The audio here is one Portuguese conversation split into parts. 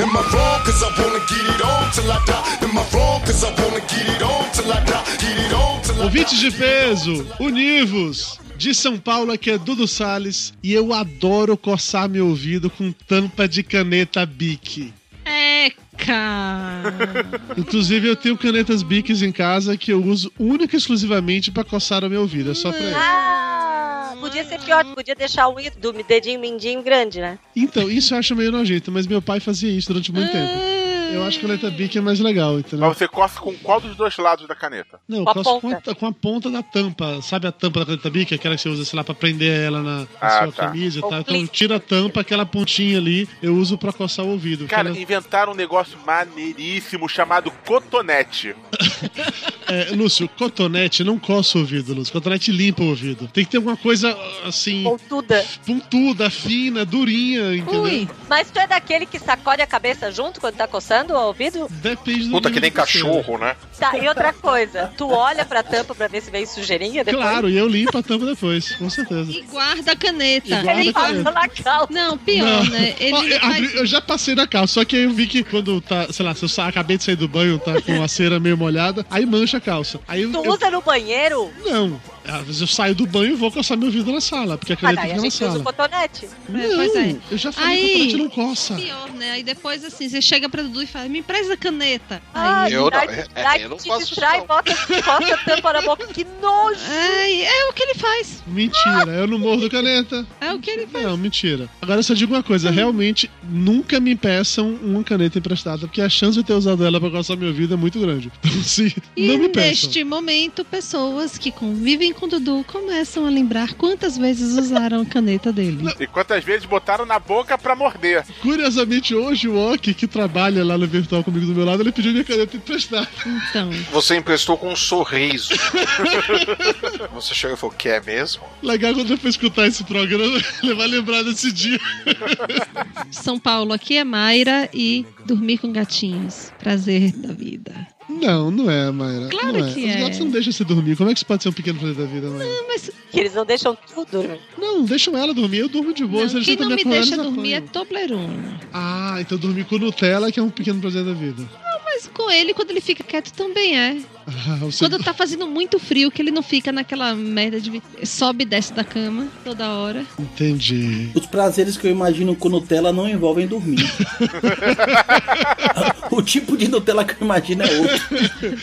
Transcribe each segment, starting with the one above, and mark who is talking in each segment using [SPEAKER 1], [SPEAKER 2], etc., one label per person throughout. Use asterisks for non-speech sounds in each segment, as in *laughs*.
[SPEAKER 1] Am I wrong? Cause I wanna get it on till I die. Am I wrong? Cause I wanna get it on till I die. Get it on till I die.
[SPEAKER 2] Ouvintes de
[SPEAKER 1] Get it on till I
[SPEAKER 2] peso, univos! De São Paulo, aqui é Dudu Salles e eu adoro coçar meu ouvido com tampa de caneta Bic.
[SPEAKER 3] Eca!
[SPEAKER 2] Inclusive, eu tenho canetas Bics em casa que eu uso única e exclusivamente pra coçar o meu ouvido, é só pra isso.
[SPEAKER 4] Ah, podia ser pior, podia deixar o i- do dedinho mindinho grande, né?
[SPEAKER 2] Então, isso eu acho meio nojento, mas meu pai fazia isso durante muito tempo. Eu acho que a caneta Bic é mais legal, entendeu?
[SPEAKER 5] Mas você coça com qual dos dois lados da caneta?
[SPEAKER 2] Não, eu
[SPEAKER 4] Com a
[SPEAKER 2] coço com a,
[SPEAKER 4] ponta.
[SPEAKER 2] ta- com a ponta da tampa. Sabe a tampa da caneta Bic? Aquela que você usa, sei lá, pra prender ela na, na
[SPEAKER 5] Ah,
[SPEAKER 2] sua
[SPEAKER 5] tá.
[SPEAKER 2] camisa e
[SPEAKER 4] Ou
[SPEAKER 2] tal. Então
[SPEAKER 4] clip.
[SPEAKER 2] tira a tampa, aquela pontinha ali, eu uso pra coçar o ouvido.
[SPEAKER 5] Cara,
[SPEAKER 2] Aquela-
[SPEAKER 5] inventaram um negócio maneiríssimo chamado cotonete.
[SPEAKER 2] é, Lúcio, cotonete não coça o ouvido, Lúcio. Cotonete limpa o ouvido. Tem que ter alguma coisa, assim,
[SPEAKER 4] Pontuda.
[SPEAKER 2] pontuda, fina, durinha, entendeu?
[SPEAKER 3] Ui!
[SPEAKER 4] Mas tu é daquele que sacode a cabeça junto quando tá coçando o ouvido?
[SPEAKER 2] Depende do
[SPEAKER 5] Puta que
[SPEAKER 2] nível é.
[SPEAKER 5] nem
[SPEAKER 2] da coceira.
[SPEAKER 5] cachorro, né?
[SPEAKER 4] Tá, e outra coisa, tu olha pra tampa pra ver se vem sujeirinha depois?
[SPEAKER 2] Claro, e eu limpo a tampa depois, com certeza.
[SPEAKER 3] E guarda a caneta.
[SPEAKER 2] E guarda
[SPEAKER 4] Ele
[SPEAKER 3] Ele-
[SPEAKER 2] a
[SPEAKER 6] é.
[SPEAKER 4] passa na calça.
[SPEAKER 3] Não, pior,
[SPEAKER 2] Não.
[SPEAKER 3] né?
[SPEAKER 2] Ó,
[SPEAKER 3] Ele
[SPEAKER 2] eu,
[SPEAKER 3] faz-
[SPEAKER 2] abri- eu já passei na calça, só que aí eu vi que quando tá, sei lá, se eu sa- acabei de sair do banho, tá com a cera meio molhada, aí mancha a calça. Aí eu,
[SPEAKER 4] Tu
[SPEAKER 2] eu-
[SPEAKER 4] usa no banheiro?
[SPEAKER 2] não. Às vezes eu saio do banho e vou coçar meu ouvido na sala, porque a
[SPEAKER 4] Ah,
[SPEAKER 2] caneta
[SPEAKER 4] daí a
[SPEAKER 2] fica na
[SPEAKER 4] gente usa
[SPEAKER 2] sala.
[SPEAKER 4] o cotonete.
[SPEAKER 3] É, pois é.
[SPEAKER 2] Não, eu já falei
[SPEAKER 3] Aí-
[SPEAKER 2] que a gente não coça.
[SPEAKER 3] Pior, né? Aí depois, assim, você chega pra Dudu e fala, me empresta a caneta.
[SPEAKER 4] Ai,
[SPEAKER 3] Aí...
[SPEAKER 6] Eu
[SPEAKER 4] daí-
[SPEAKER 6] não- é,
[SPEAKER 4] daí
[SPEAKER 6] eu não
[SPEAKER 4] te
[SPEAKER 6] faço isso,
[SPEAKER 4] distrai,
[SPEAKER 6] não.
[SPEAKER 4] bota, bota a tampa na boca. Que nojo!
[SPEAKER 3] Ai, é o que ele faz.
[SPEAKER 2] Mentira, eu não mordo caneta.
[SPEAKER 3] É o que ele faz.
[SPEAKER 2] Não, mentira. Agora eu só digo uma coisa, realmente nunca me peçam uma caneta emprestada, porque a chance de eu ter usado ela pra coçar meu ouvido é muito grande. Então, se
[SPEAKER 3] E
[SPEAKER 2] não me peçam.
[SPEAKER 3] neste momento, pessoas que convivem com Dudu começam a lembrar quantas vezes usaram a caneta dele.
[SPEAKER 5] E quantas vezes botaram na boca pra morder.
[SPEAKER 2] Curiosamente, hoje o Ok, que trabalha lá no virtual comigo do meu lado, ele pediu minha caneta emprestada.
[SPEAKER 3] Então,
[SPEAKER 6] Você emprestou com um sorriso. Você chegou e falou, quer mesmo?
[SPEAKER 2] Legal quando eu for escutar esse programa, *laughs* ele vai lembrar desse dia.
[SPEAKER 3] São Paulo, aqui é Mayra e dormir com gatinhos. Prazer da vida.
[SPEAKER 2] Não, não é, Mayra.
[SPEAKER 3] Claro
[SPEAKER 2] não
[SPEAKER 3] que
[SPEAKER 2] Os
[SPEAKER 3] é.
[SPEAKER 2] gatos não deixam você dormir. Como é que isso pode ser um pequeno planeta da vida, Mayra?
[SPEAKER 3] Ah, Mas
[SPEAKER 4] Que eles não deixam tudo. né?
[SPEAKER 2] Não, deixam ela dormir, eu durmo de boa.
[SPEAKER 3] não,
[SPEAKER 2] se eles
[SPEAKER 3] quem
[SPEAKER 2] tentam
[SPEAKER 3] não me
[SPEAKER 2] acordar,
[SPEAKER 3] deixa
[SPEAKER 2] eles
[SPEAKER 3] dormir é
[SPEAKER 2] acordam.
[SPEAKER 3] Toblerone.
[SPEAKER 2] Ah, então eu dormi com Nutella, que é um pequeno prazer da vida.
[SPEAKER 3] Mas com ele, quando ele fica quieto, também é.
[SPEAKER 2] Ah, você...
[SPEAKER 3] Quando tá fazendo muito frio, que ele não fica naquela merda de sobe e desce da cama
[SPEAKER 2] *laughs*
[SPEAKER 3] toda hora.
[SPEAKER 2] Entendi.
[SPEAKER 7] Os prazeres que eu imagino com Nutella não envolvem dormir. o tipo de Nutella que eu imagino é outro.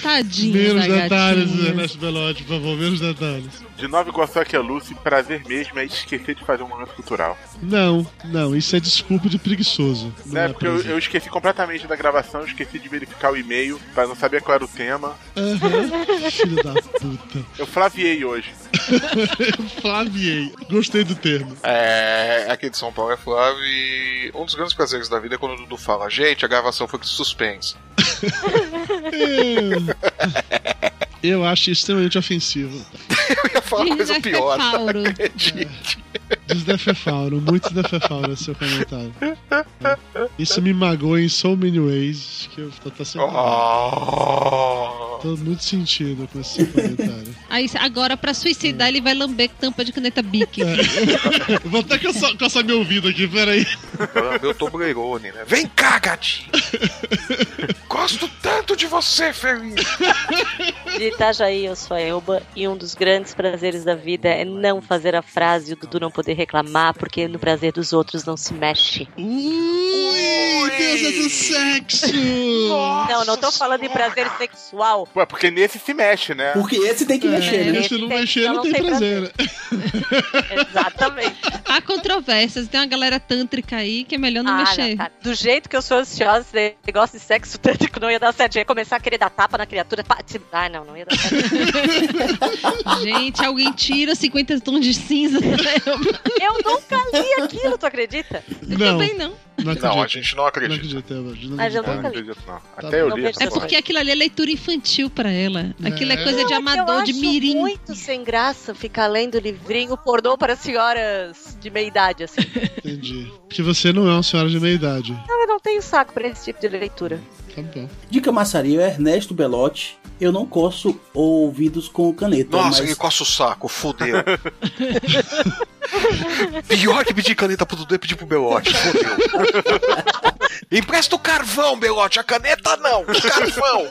[SPEAKER 3] Tadinho
[SPEAKER 2] Menos
[SPEAKER 3] da
[SPEAKER 2] detalhes, né,
[SPEAKER 3] gatinha.
[SPEAKER 2] Ernesto Belotti, por favor, menos detalhes.
[SPEAKER 5] De novo igual só que é Lucy, prazer mesmo é esquecer de fazer um momento cultural.
[SPEAKER 2] Não, não, isso é desculpa de preguiçoso. Não é
[SPEAKER 5] né? Porque eu,
[SPEAKER 2] prazer.
[SPEAKER 5] eu esqueci completamente da gravação, eu esqueci de verificar o e-mail, pra não saber qual era o tema.
[SPEAKER 2] Aham, filho da puta.
[SPEAKER 5] Eu flaviei hoje.
[SPEAKER 2] Eu flaviei. Gostei do termo.
[SPEAKER 6] É, aqui de São Paulo é Flávio e um dos grandes prazeres da vida é quando o Dudu fala, gente, a gravação foi de suspense.
[SPEAKER 2] É. Eu acho extremamente ofensivo.
[SPEAKER 6] Eu ia falar uma coisa
[SPEAKER 3] Ele é
[SPEAKER 6] pior.
[SPEAKER 3] Paulo.
[SPEAKER 2] Desdefefauro, muito desdefefauro esse seu comentário. É. Isso me magoa em so many ways que eu tô, tô sentindo.
[SPEAKER 6] Oh.
[SPEAKER 2] Tô muito sentido com esse seu comentário.
[SPEAKER 3] Aí agora, pra suicidar, ele vai lamber tampa de caneta bique.
[SPEAKER 2] É. Eu Vou até coçar, coçar meu ouvido aqui, peraí.
[SPEAKER 6] Meu Toblerone, né? Vem cá, gatinho! Gosto tanto de você, feliz!
[SPEAKER 4] De Itajaí, eu sou a Elba, e um dos grandes prazeres da vida é não fazer a frase e o Dudu não poder reclamar, porque no prazer dos outros não se mexe.
[SPEAKER 2] Ui, Deus é do sexo!
[SPEAKER 4] não, não tô falando de prazer sexual.
[SPEAKER 5] Ué, porque nesse se mexe, né?
[SPEAKER 7] Porque esse tem que mexer, né?
[SPEAKER 2] É, se não mexer, não tem prazer. né?
[SPEAKER 4] Exatamente.
[SPEAKER 3] Há controvérsias, tem uma galera tântrica aí que é melhor não
[SPEAKER 4] Ah,
[SPEAKER 3] mexer.
[SPEAKER 4] Natália, do jeito que eu sou ansiosa, esse negócio de sexo tanto tipo, *laughs* que não ia dar certo. Eu ia começar a querer dar tapa na criatura. pá, te- Ah, não, não ia dar certo.
[SPEAKER 3] Gente, alguém tira 50 tons de cinza da Elba.
[SPEAKER 4] Eu nunca li aquilo, tu acredita?
[SPEAKER 3] Eu
[SPEAKER 2] Não.
[SPEAKER 3] também não.
[SPEAKER 2] Não acredito.
[SPEAKER 1] Não, a gente não
[SPEAKER 2] não
[SPEAKER 1] acredita.
[SPEAKER 2] acredita, Elba. a gente não
[SPEAKER 4] Mas eu
[SPEAKER 5] Não,
[SPEAKER 2] acredita.
[SPEAKER 4] nunca
[SPEAKER 5] não
[SPEAKER 4] li.
[SPEAKER 5] acredito, não.
[SPEAKER 2] Tá
[SPEAKER 5] Até eu
[SPEAKER 4] bom.
[SPEAKER 5] li
[SPEAKER 4] Não
[SPEAKER 5] essa
[SPEAKER 3] É
[SPEAKER 4] percebo.
[SPEAKER 5] porra.
[SPEAKER 3] porque aquilo ali é leitura infantil pra ela. Aquilo é
[SPEAKER 2] É.
[SPEAKER 3] coisa de
[SPEAKER 4] Não, é que eu
[SPEAKER 3] amador, de
[SPEAKER 4] acho
[SPEAKER 3] mirim.
[SPEAKER 4] muito sem graça ficar lendo livrinho pornô para senhoras de meia idade, assim.
[SPEAKER 2] Entendi. Porque você não é uma senhora de meia idade.
[SPEAKER 4] Não, Então, eu não tenho saco pra esse tipo de leitura.
[SPEAKER 2] Tá bom.
[SPEAKER 7] Dica maçaria, Ernesto Belotti. Eu não coço ouvidos com caneta,
[SPEAKER 1] Nossa,
[SPEAKER 7] mas
[SPEAKER 1] ele coça o
[SPEAKER 6] *laughs*
[SPEAKER 1] saco, fudeu. Pior que pedir caneta pro Dudu é pedir pro Belote, fudeu. *laughs* Empresta o carvão, Belote, a caneta não, o carvão.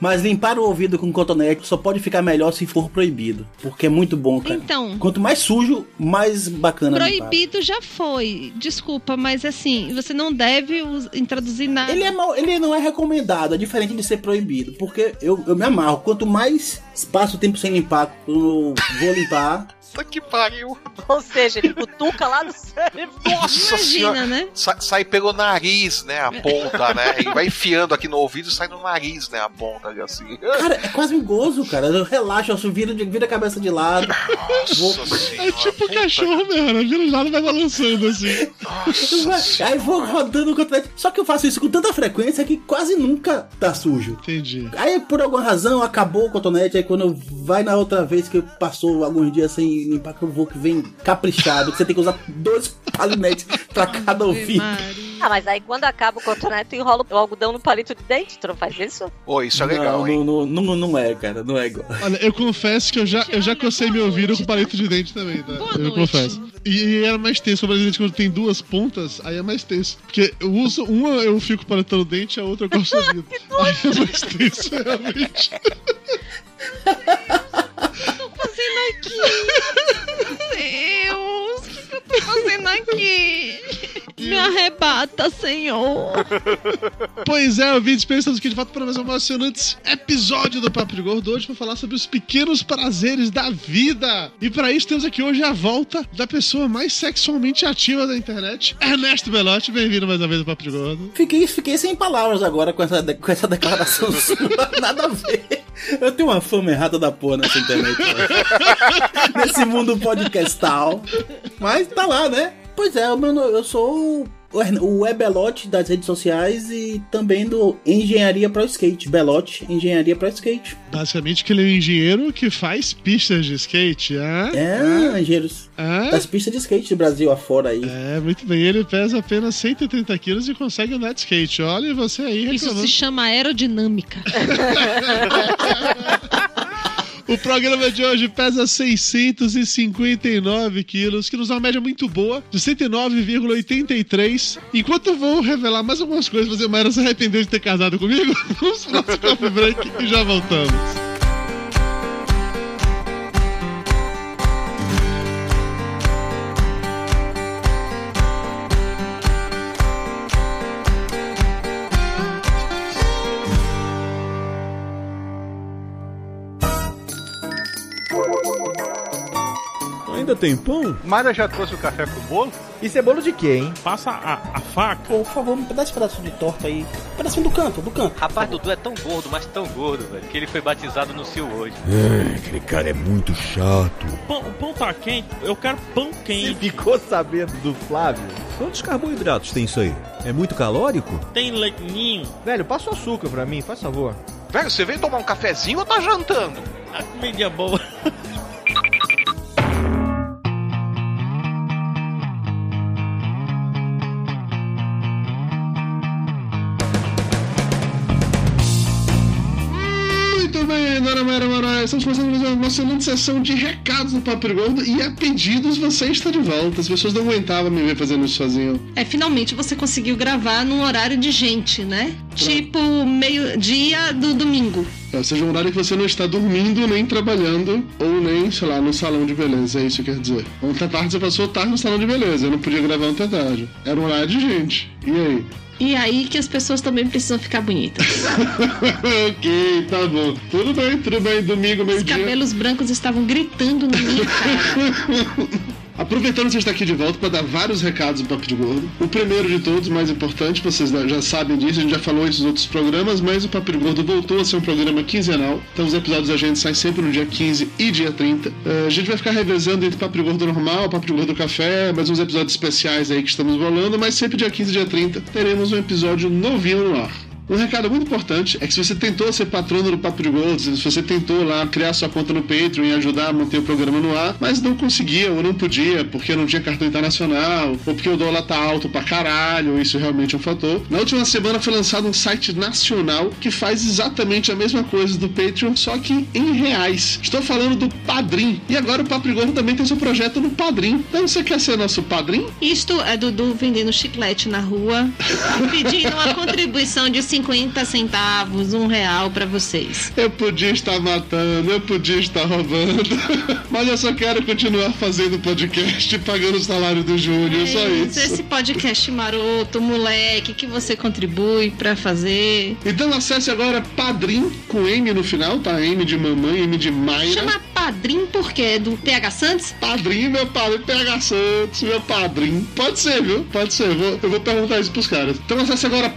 [SPEAKER 7] Mas limpar o ouvido com cotonete só pode ficar melhor se for proibido. Porque é muito bom, cara.
[SPEAKER 3] Então.
[SPEAKER 7] Quanto mais sujo, mais bacana. limpar.
[SPEAKER 3] Proibido já foi. Desculpa, mas assim, você não deve us- introduzir nada.
[SPEAKER 7] Ele, é mal, ele não é recomendado, é diferente de ser proibido. Porque eu, eu me amarro. Quanto mais espaço tempo sem limpar, quando eu vou limpar.
[SPEAKER 1] Puta que pariu.
[SPEAKER 4] *laughs* Ou seja, ele cutuca lá no cérebro.
[SPEAKER 1] Nossa senhora.
[SPEAKER 3] Imagina, né?
[SPEAKER 1] Sa- sai pelo nariz, né? A ponta, né? E vai enfiando aqui no ouvido e sai no nariz, né? A ponta ali assim.
[SPEAKER 7] Cara, é quase um gozo, cara. Eu relaxo, eu viro, de- viro a cabeça de lado.
[SPEAKER 1] Nossa
[SPEAKER 2] É
[SPEAKER 1] senhora.
[SPEAKER 2] tipo
[SPEAKER 1] puta-
[SPEAKER 2] cachorro mesmo, né? Vira de lado e vai balançando assim.
[SPEAKER 1] Nossa
[SPEAKER 7] Eu vou-
[SPEAKER 1] senhora.
[SPEAKER 7] Aí vou rodando o cotonete. Só que eu faço isso com tanta frequência que quase nunca tá sujo.
[SPEAKER 2] Entendi.
[SPEAKER 7] Aí, por alguma razão, acabou o cotonete. Aí, quando eu- vai na outra vez que eu passou alguns dias sem limpar, que eu vou que vem caprichado, que você tem que usar dois palinetes pra cada
[SPEAKER 3] Ave
[SPEAKER 7] ouvido.
[SPEAKER 3] Maria.
[SPEAKER 4] Ah, mas aí quando acaba o cotonete, tu enrola o algodão no palito de dente, tu não faz isso?
[SPEAKER 1] Ô, isso é legal, hein?
[SPEAKER 7] não, não, não, não é, cara, não é igual.
[SPEAKER 2] Olha, eu confesso que eu já, eu já
[SPEAKER 3] Olha,
[SPEAKER 2] cocei
[SPEAKER 3] boa
[SPEAKER 2] meu ouvido
[SPEAKER 3] noite,
[SPEAKER 2] com
[SPEAKER 3] tá?
[SPEAKER 2] palito de dente também, tá?
[SPEAKER 3] Boa
[SPEAKER 2] eu
[SPEAKER 3] noite.
[SPEAKER 2] confesso. E, e era mais tenso, o palito de dente quando tem duas pontas, aí é mais tenso. Porque eu uso, uma eu fico paletando o dente, a outra eu coço o
[SPEAKER 4] *laughs*
[SPEAKER 2] ouvido. aí é mais tenso, *laughs* realmente.
[SPEAKER 3] fazendo aqui? Meu é. Deus, o que, que eu tô fazendo aqui? Me arrebata, Senhor.
[SPEAKER 2] Pois é, ouvintes, pensamos que de fato para mais um emocionante episódio do Papo de Gordo hoje para falar sobre os pequenos prazeres da vida. E para isso temos aqui hoje a volta da pessoa mais sexualmente ativa da internet, Ernesto Belotti. Bem-vindo mais uma vez ao Papo de Gordo.
[SPEAKER 7] Fiquei, fiquei sem palavras agora com essa, de- com essa
[SPEAKER 8] *laughs*
[SPEAKER 7] declaração sua. Nada a ver. Eu tenho uma fama errada da porra nessa internet. cara. *laughs* Nesse mundo podcastal. Mas tá lá, né? Pois é, meu nome- eu sou o Ern- o E-Belote das redes sociais e também do Engenharia Pro Skate. Belote, Engenharia Pro Skate.
[SPEAKER 2] Basicamente que ele é um engenheiro que faz pistas de skate,
[SPEAKER 8] *laughs*
[SPEAKER 2] ah?
[SPEAKER 7] É,
[SPEAKER 8] Hum?
[SPEAKER 7] engenheiros.
[SPEAKER 2] Ah?
[SPEAKER 7] Das pistas de skate do Brasil afora aí.
[SPEAKER 2] É, muito bem. Ele pesa apenas 130 quilos e consegue andar de skate. Olha e você aí
[SPEAKER 3] Isso
[SPEAKER 2] reclamando.
[SPEAKER 3] se chama aerodinâmica.
[SPEAKER 2] O programa de hoje pesa 659 quilos, que nos dá uma média muito boa, de 109,83. Enquanto eu vou revelar mais algumas coisas, você Mayra se arrependeu de ter casado comigo? *laughs* Vamos pro nosso coffee break e já voltamos.
[SPEAKER 8] Ainda tem pão?
[SPEAKER 5] Mara já trouxe o café com bolo?
[SPEAKER 8] Isso é bolo de quê, hein?
[SPEAKER 9] Passa a, a faca.
[SPEAKER 7] Pô, por favor, me dá esse pedaço de torta aí. Um pedacinho do canto, do canto.
[SPEAKER 10] Rapaz, Dudu é tão gordo, mas tão gordo, velho, que ele foi batizado no Sil hoje.
[SPEAKER 8] Aquele cara é muito chato.
[SPEAKER 9] Pão- o pão tá quente. Eu quero pão
[SPEAKER 8] Você
[SPEAKER 9] quente.
[SPEAKER 8] ficou sabendo do Flávio? Quantos carboidratos tem isso aí? É muito calórico?
[SPEAKER 9] Tem leitinho.
[SPEAKER 8] Velho, passa o açúcar pra mim, faz favor.
[SPEAKER 1] Velho, você veio tomar um cafezinho ou tá jantando?
[SPEAKER 9] A comida é boa. *laughs*
[SPEAKER 2] Muito bem, Dona Mayra Moraes. Estamos fazendo mais uma emocionante sessão de recados do Papo Gordo e a pedidos você está de volta. As pessoas não aguentavam me ver fazendo isso sozinho.
[SPEAKER 3] É, finalmente você conseguiu gravar num horário de gente, né? Tipo, meio-dia do domingo.
[SPEAKER 2] É, Ou seja, um horário que você não está dormindo, nem trabalhando, ou nem, sei lá, no salão de beleza, é isso que quer dizer. Ontem à tarde você passou tarde no salão de beleza, eu não podia gravar ontem à tarde. Era um horário de gente. E aí? *laughs*
[SPEAKER 3] E aí que as pessoas também precisam ficar bonitas.
[SPEAKER 2] ok, tá bom. Tudo bem, tudo bem, domingo,
[SPEAKER 3] Os
[SPEAKER 2] meio-dia.
[SPEAKER 3] cabelos brancos estavam gritando na minha cara.
[SPEAKER 2] Aproveitando que você está aqui de volta para dar vários recados do Papo de Gordo. O primeiro de todos, mais importante, vocês já sabem disso, a gente já falou isso nos outros programas, mas o Papo de Gordo voltou a ser um programa quinzenal. Então os episódios da gente saem sempre no dia 15 e dia 30. Eh, a gente vai ficar revezando entre Papo de Gordo normal, Papo de Gordo Café, mais uns episódios especiais aí que estamos bolando, mas sempre dia 15 e dia 30 teremos um episódio novinho no ar. Um recado muito importante é que se você tentou ser patrono do Papo de Gordo, se você tentou lá criar sua conta no Patreon e ajudar a manter o programa no ar, mas não conseguia ou não podia porque não tinha cartão internacional, ou porque o dólar tá alto pra caralho, isso realmente é um fator. Na última semana foi lançado um site nacional que faz exatamente a mesma coisa do Patreon, só que em reais. Estou falando do Padrim. E agora o Papo de Gordo também tem seu projeto no Padrim. Então você quer ser nosso Padrim?
[SPEAKER 3] Isto é Dudu vendendo chiclete na
[SPEAKER 2] *laughs*
[SPEAKER 3] rua, pedindo uma contribuição de 50 centavos, um real pra vocês.
[SPEAKER 2] Eu podia estar matando, eu podia estar roubando, *laughs* mas eu só quero continuar fazendo podcast e pagando o salário do
[SPEAKER 3] É
[SPEAKER 2] Júnior, só isso.
[SPEAKER 3] Esse podcast maroto, moleque, que você contribui pra fazer.
[SPEAKER 2] Então acesse agora Padrim com M no final, tá? M de mamãe, M de Maia.
[SPEAKER 3] Chama padrinho porque é do PH Santos?
[SPEAKER 2] Padrinho, meu padrinho, PH Santos, meu padrinho. Pode ser, viu? Pode ser. Eu vou, eu vou perguntar isso pros caras. Então acesse agora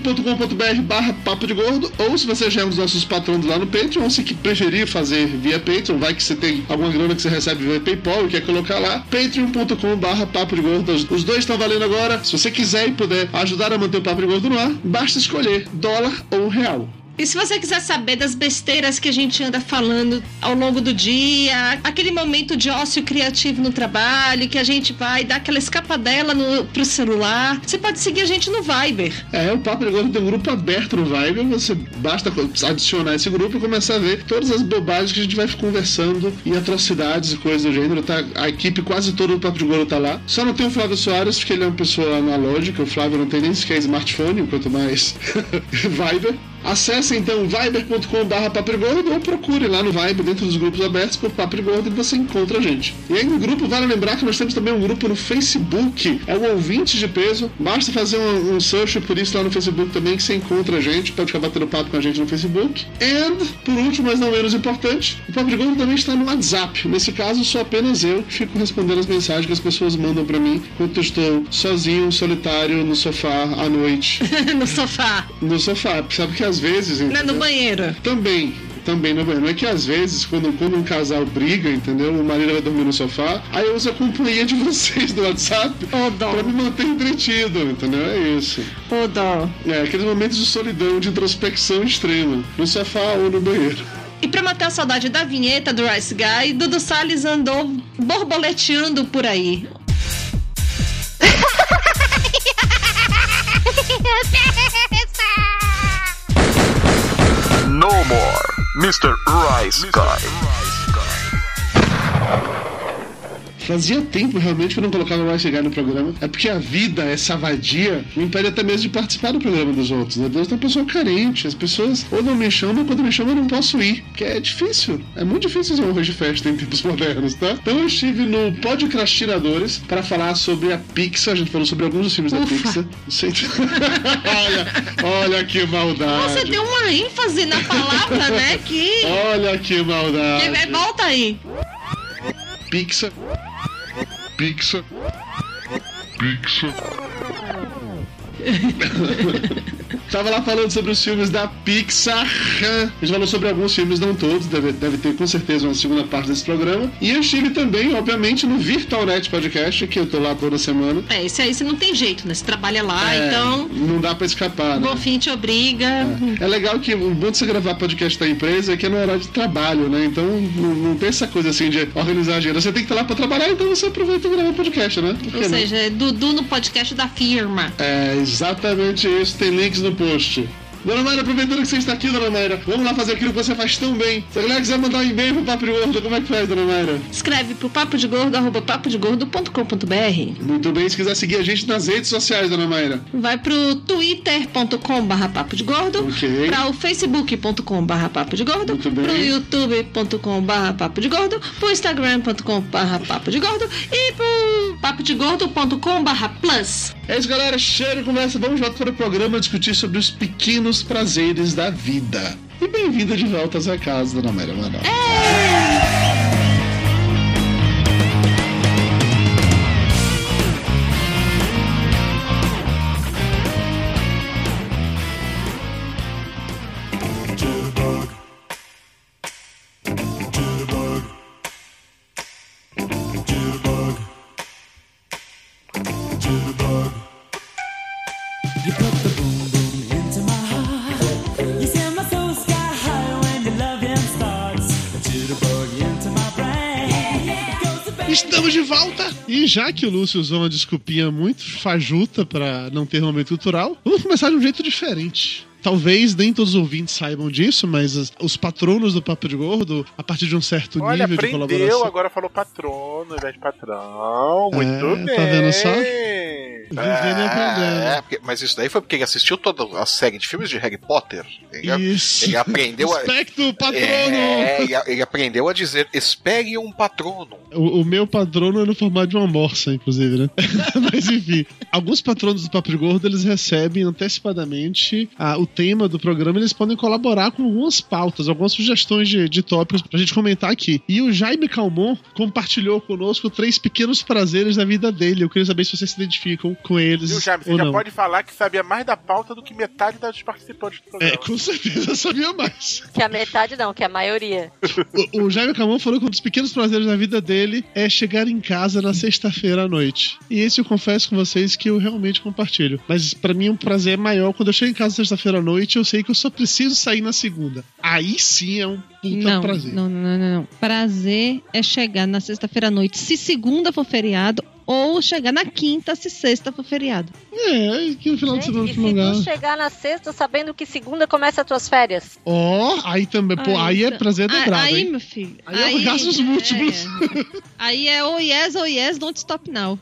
[SPEAKER 2] padrim.com.br barra papo de gordo, ou se você já é um dos nossos patronos lá no Patreon, ou se que preferir fazer via Patreon, vai que você tem alguma grana que você recebe via Paypal e quer colocar lá, patreon.com barra papo de gordo. Os- Os dois estão valendo agora. Se você quiser e puder ajudar a manter o papo de gordo no ar, basta escolher dólar ou real.
[SPEAKER 3] E se você quiser saber das besteiras que a gente anda falando ao longo do dia, aquele momento de ócio criativo no trabalho, que a gente vai dar aquela escapadela no, pro celular, você pode seguir a gente no Viber. *laughs*
[SPEAKER 2] É, o Papo de Gordo tem um grupo aberto no Viber, você basta co- adicionar esse grupo e começar a ver todas as bobagens que a gente vai conversando e atrocidades e coisas do gênero, tá? A equipe quase toda do Papo de Gordo tá lá. Só não tem o Flávio Soares, porque ele é uma pessoa analógica, o Flávio não tem nem sequer smartphone, quanto mais *laughs* Viber. Acesse então viber.com.br paprigordo ou procure lá no Viber, dentro dos grupos abertos, por paprigordo e você encontra a gente. E aí no grupo, vale lembrar que nós temos também um grupo no Facebook, é o Ouvinte de Peso. Basta fazer um, um search por isso lá no Facebook também que você encontra a gente, pode ficar batendo papo com a gente no Facebook. E, por último, mas não menos importante, o paprigordo também está no WhatsApp. Nesse caso, sou apenas eu que fico respondendo as mensagens que as pessoas mandam pra mim enquanto eu estou sozinho, solitário, no sofá, à noite.
[SPEAKER 3] no sofá.
[SPEAKER 2] No sofá, sabe que às vezes. então,
[SPEAKER 3] Não é no
[SPEAKER 2] entendeu?
[SPEAKER 3] banheiro.
[SPEAKER 2] Também. Também no banheiro. É que às vezes, quando, quando um casal briga, entendeu? O marido vai dormir no sofá, aí eu uso a companhia de *laughs* vocês do WhatsApp pra me manter entretido, entendeu? É isso.
[SPEAKER 3] Ô, dó.
[SPEAKER 2] É, aqueles momentos de solidão, de introspecção extrema. No sofá ou no banheiro.
[SPEAKER 3] E pra matar a saudade da vinheta do Rice Guy, Dudu Salles andou borboleteando por aí.
[SPEAKER 11] No more, Mr. Rice Guy.
[SPEAKER 2] Fazia tempo realmente que eu não colocava mais chegar no programa. É porque a vida, essa vadia, me impede até mesmo de participar do programa dos outros. Né? Deus é uma pessoa carente. As pessoas ou não me chamam, ou quando me chamam eu não posso ir. Porque é difícil. É muito difícil ser um hoje de festa em tempos *laughs* modernos, tá? Então eu estive no Podcrastinadores para falar sobre a Pixar. A gente falou sobre alguns dos filmes da
[SPEAKER 3] Ufa.
[SPEAKER 2] Pixar. Não sei- *laughs* olha, olha que maldade.
[SPEAKER 3] Você deu uma ênfase na palavra, né? Que.
[SPEAKER 2] Olha que maldade.
[SPEAKER 3] que- é, volta aí.
[SPEAKER 2] Pixar. Pixar. Pixar. *laughs* Tava lá falando sobre os filmes da Pixar. A gente falou sobre alguns filmes, não todos. Deve, deve ter com certeza uma segunda parte desse programa. E eu estive também, obviamente, no VirtualNet Podcast, que eu tô lá toda semana.
[SPEAKER 3] É, esse aí você não tem jeito, né? Você trabalha lá,
[SPEAKER 2] É,
[SPEAKER 3] então.
[SPEAKER 2] Não dá pra escapar,
[SPEAKER 3] O
[SPEAKER 2] né?
[SPEAKER 3] golfinho te obriga.
[SPEAKER 2] É legal que o bom de você gravar podcast da empresa é que é no horário de trabalho, né? Então não, não tem essa coisa assim de organizar a agenda. Você tem que estar lá pra trabalhar, então você aproveita e grava podcast, né? Por que
[SPEAKER 3] Ou
[SPEAKER 2] não?
[SPEAKER 3] seja, é Dudu no podcast da firma.
[SPEAKER 2] É exatamente isso, tem links no post. Dona Mayra, aproveitando que você está aqui, Dona Mayra, vamos lá fazer aquilo que você faz tão bem. Se a galera quiser mandar um e-mail pro Papo de Gordo, como é que faz, Dona Mayra?
[SPEAKER 3] Escreve pro papo de gordo, arroba papodegordo.com.br.
[SPEAKER 2] Muito bem, se quiser seguir a gente nas redes sociais, Dona Mayra.
[SPEAKER 3] Vai pro twitter.com barra papo de gordo,
[SPEAKER 2] Ok.
[SPEAKER 3] pra o facebook.com barra papo de gordo, pro youtube.com barra papo de gordo, pro instagram.com barra papo de gordo e pro papodegordo.com barra plus.
[SPEAKER 2] É isso, galera. Cheiro e conversa. Vamos voltar para o programa discutir sobre os pequenos prazeres da vida. E bem-vinda de volta à sua casa, um Dona Mayra Manoel. Estamos de volta! E já que o Lúcio usou uma desculpinha muito fajuta pra não ter momento cultural, vamos começar de um jeito diferente. Talvez nem todos os ouvintes saibam disso, mas as- os patronos do Papo de Gordo, a partir de um certo
[SPEAKER 5] Olha,
[SPEAKER 2] nível de
[SPEAKER 5] aprendeu,
[SPEAKER 2] colaboração.
[SPEAKER 5] agora falou patrono, ao invés de patrão. Muito
[SPEAKER 2] É,
[SPEAKER 5] bem.
[SPEAKER 2] tá vendo só?
[SPEAKER 1] É,
[SPEAKER 2] e aprendendo.
[SPEAKER 1] é, porque- mas isso daí foi porque ele assistiu toda a série de filmes de Harry Potter. Ele,
[SPEAKER 2] Isso.
[SPEAKER 1] ele aprendeu a.
[SPEAKER 2] Aspecto
[SPEAKER 7] um
[SPEAKER 2] patrono!
[SPEAKER 1] É, ele, ele aprendeu a dizer: espere um patrono.
[SPEAKER 2] O, o meu patrono é no formato de uma morsa, inclusive, né? *laughs* Mas enfim, alguns patronos do Papo de Gordo eles recebem antecipadamente ah, o tema do programa eles podem colaborar com algumas pautas, algumas sugestões de, de tópicos pra gente comentar aqui. E o Jaime Calmon compartilhou conosco três pequenos prazeres da vida dele. Eu queria saber se vocês se identificam com eles.
[SPEAKER 5] Viu, Jaime? Você
[SPEAKER 2] ou
[SPEAKER 5] já
[SPEAKER 2] não.
[SPEAKER 5] pode falar que sabia mais da pauta do que metade dos participantes do programa.
[SPEAKER 2] É, com certeza eu sabia mais.
[SPEAKER 4] Que a metade não, que a maioria.
[SPEAKER 2] O, o Jaime Camon falou que um dos pequenos prazeres da vida dele é chegar em casa na sexta-feira à noite. E esse eu confesso com vocês que eu realmente compartilho. Mas pra mim é um prazer maior quando eu chego em casa sexta-feira à noite eu sei que eu só preciso sair na segunda. Aí sim é um puta
[SPEAKER 3] Não,
[SPEAKER 2] prazer.
[SPEAKER 3] não, não, não, não. Prazer é chegar na sexta-feira à noite, se segunda for feriado, ou chegar na quinta, se sexta for feriado.
[SPEAKER 2] É, que no final
[SPEAKER 4] Gente, e se tu chegar na sexta sabendo que segunda começa as tuas férias?
[SPEAKER 2] Ó, aí também, pô, aí, é prazer
[SPEAKER 3] Aí-
[SPEAKER 2] dobrado.
[SPEAKER 3] Ah, então. Aí,
[SPEAKER 2] hein?
[SPEAKER 3] meu filho. é.
[SPEAKER 2] Aí é orgasmos múltiplos.
[SPEAKER 3] Aí é oh yes, oh yes, don't stop now.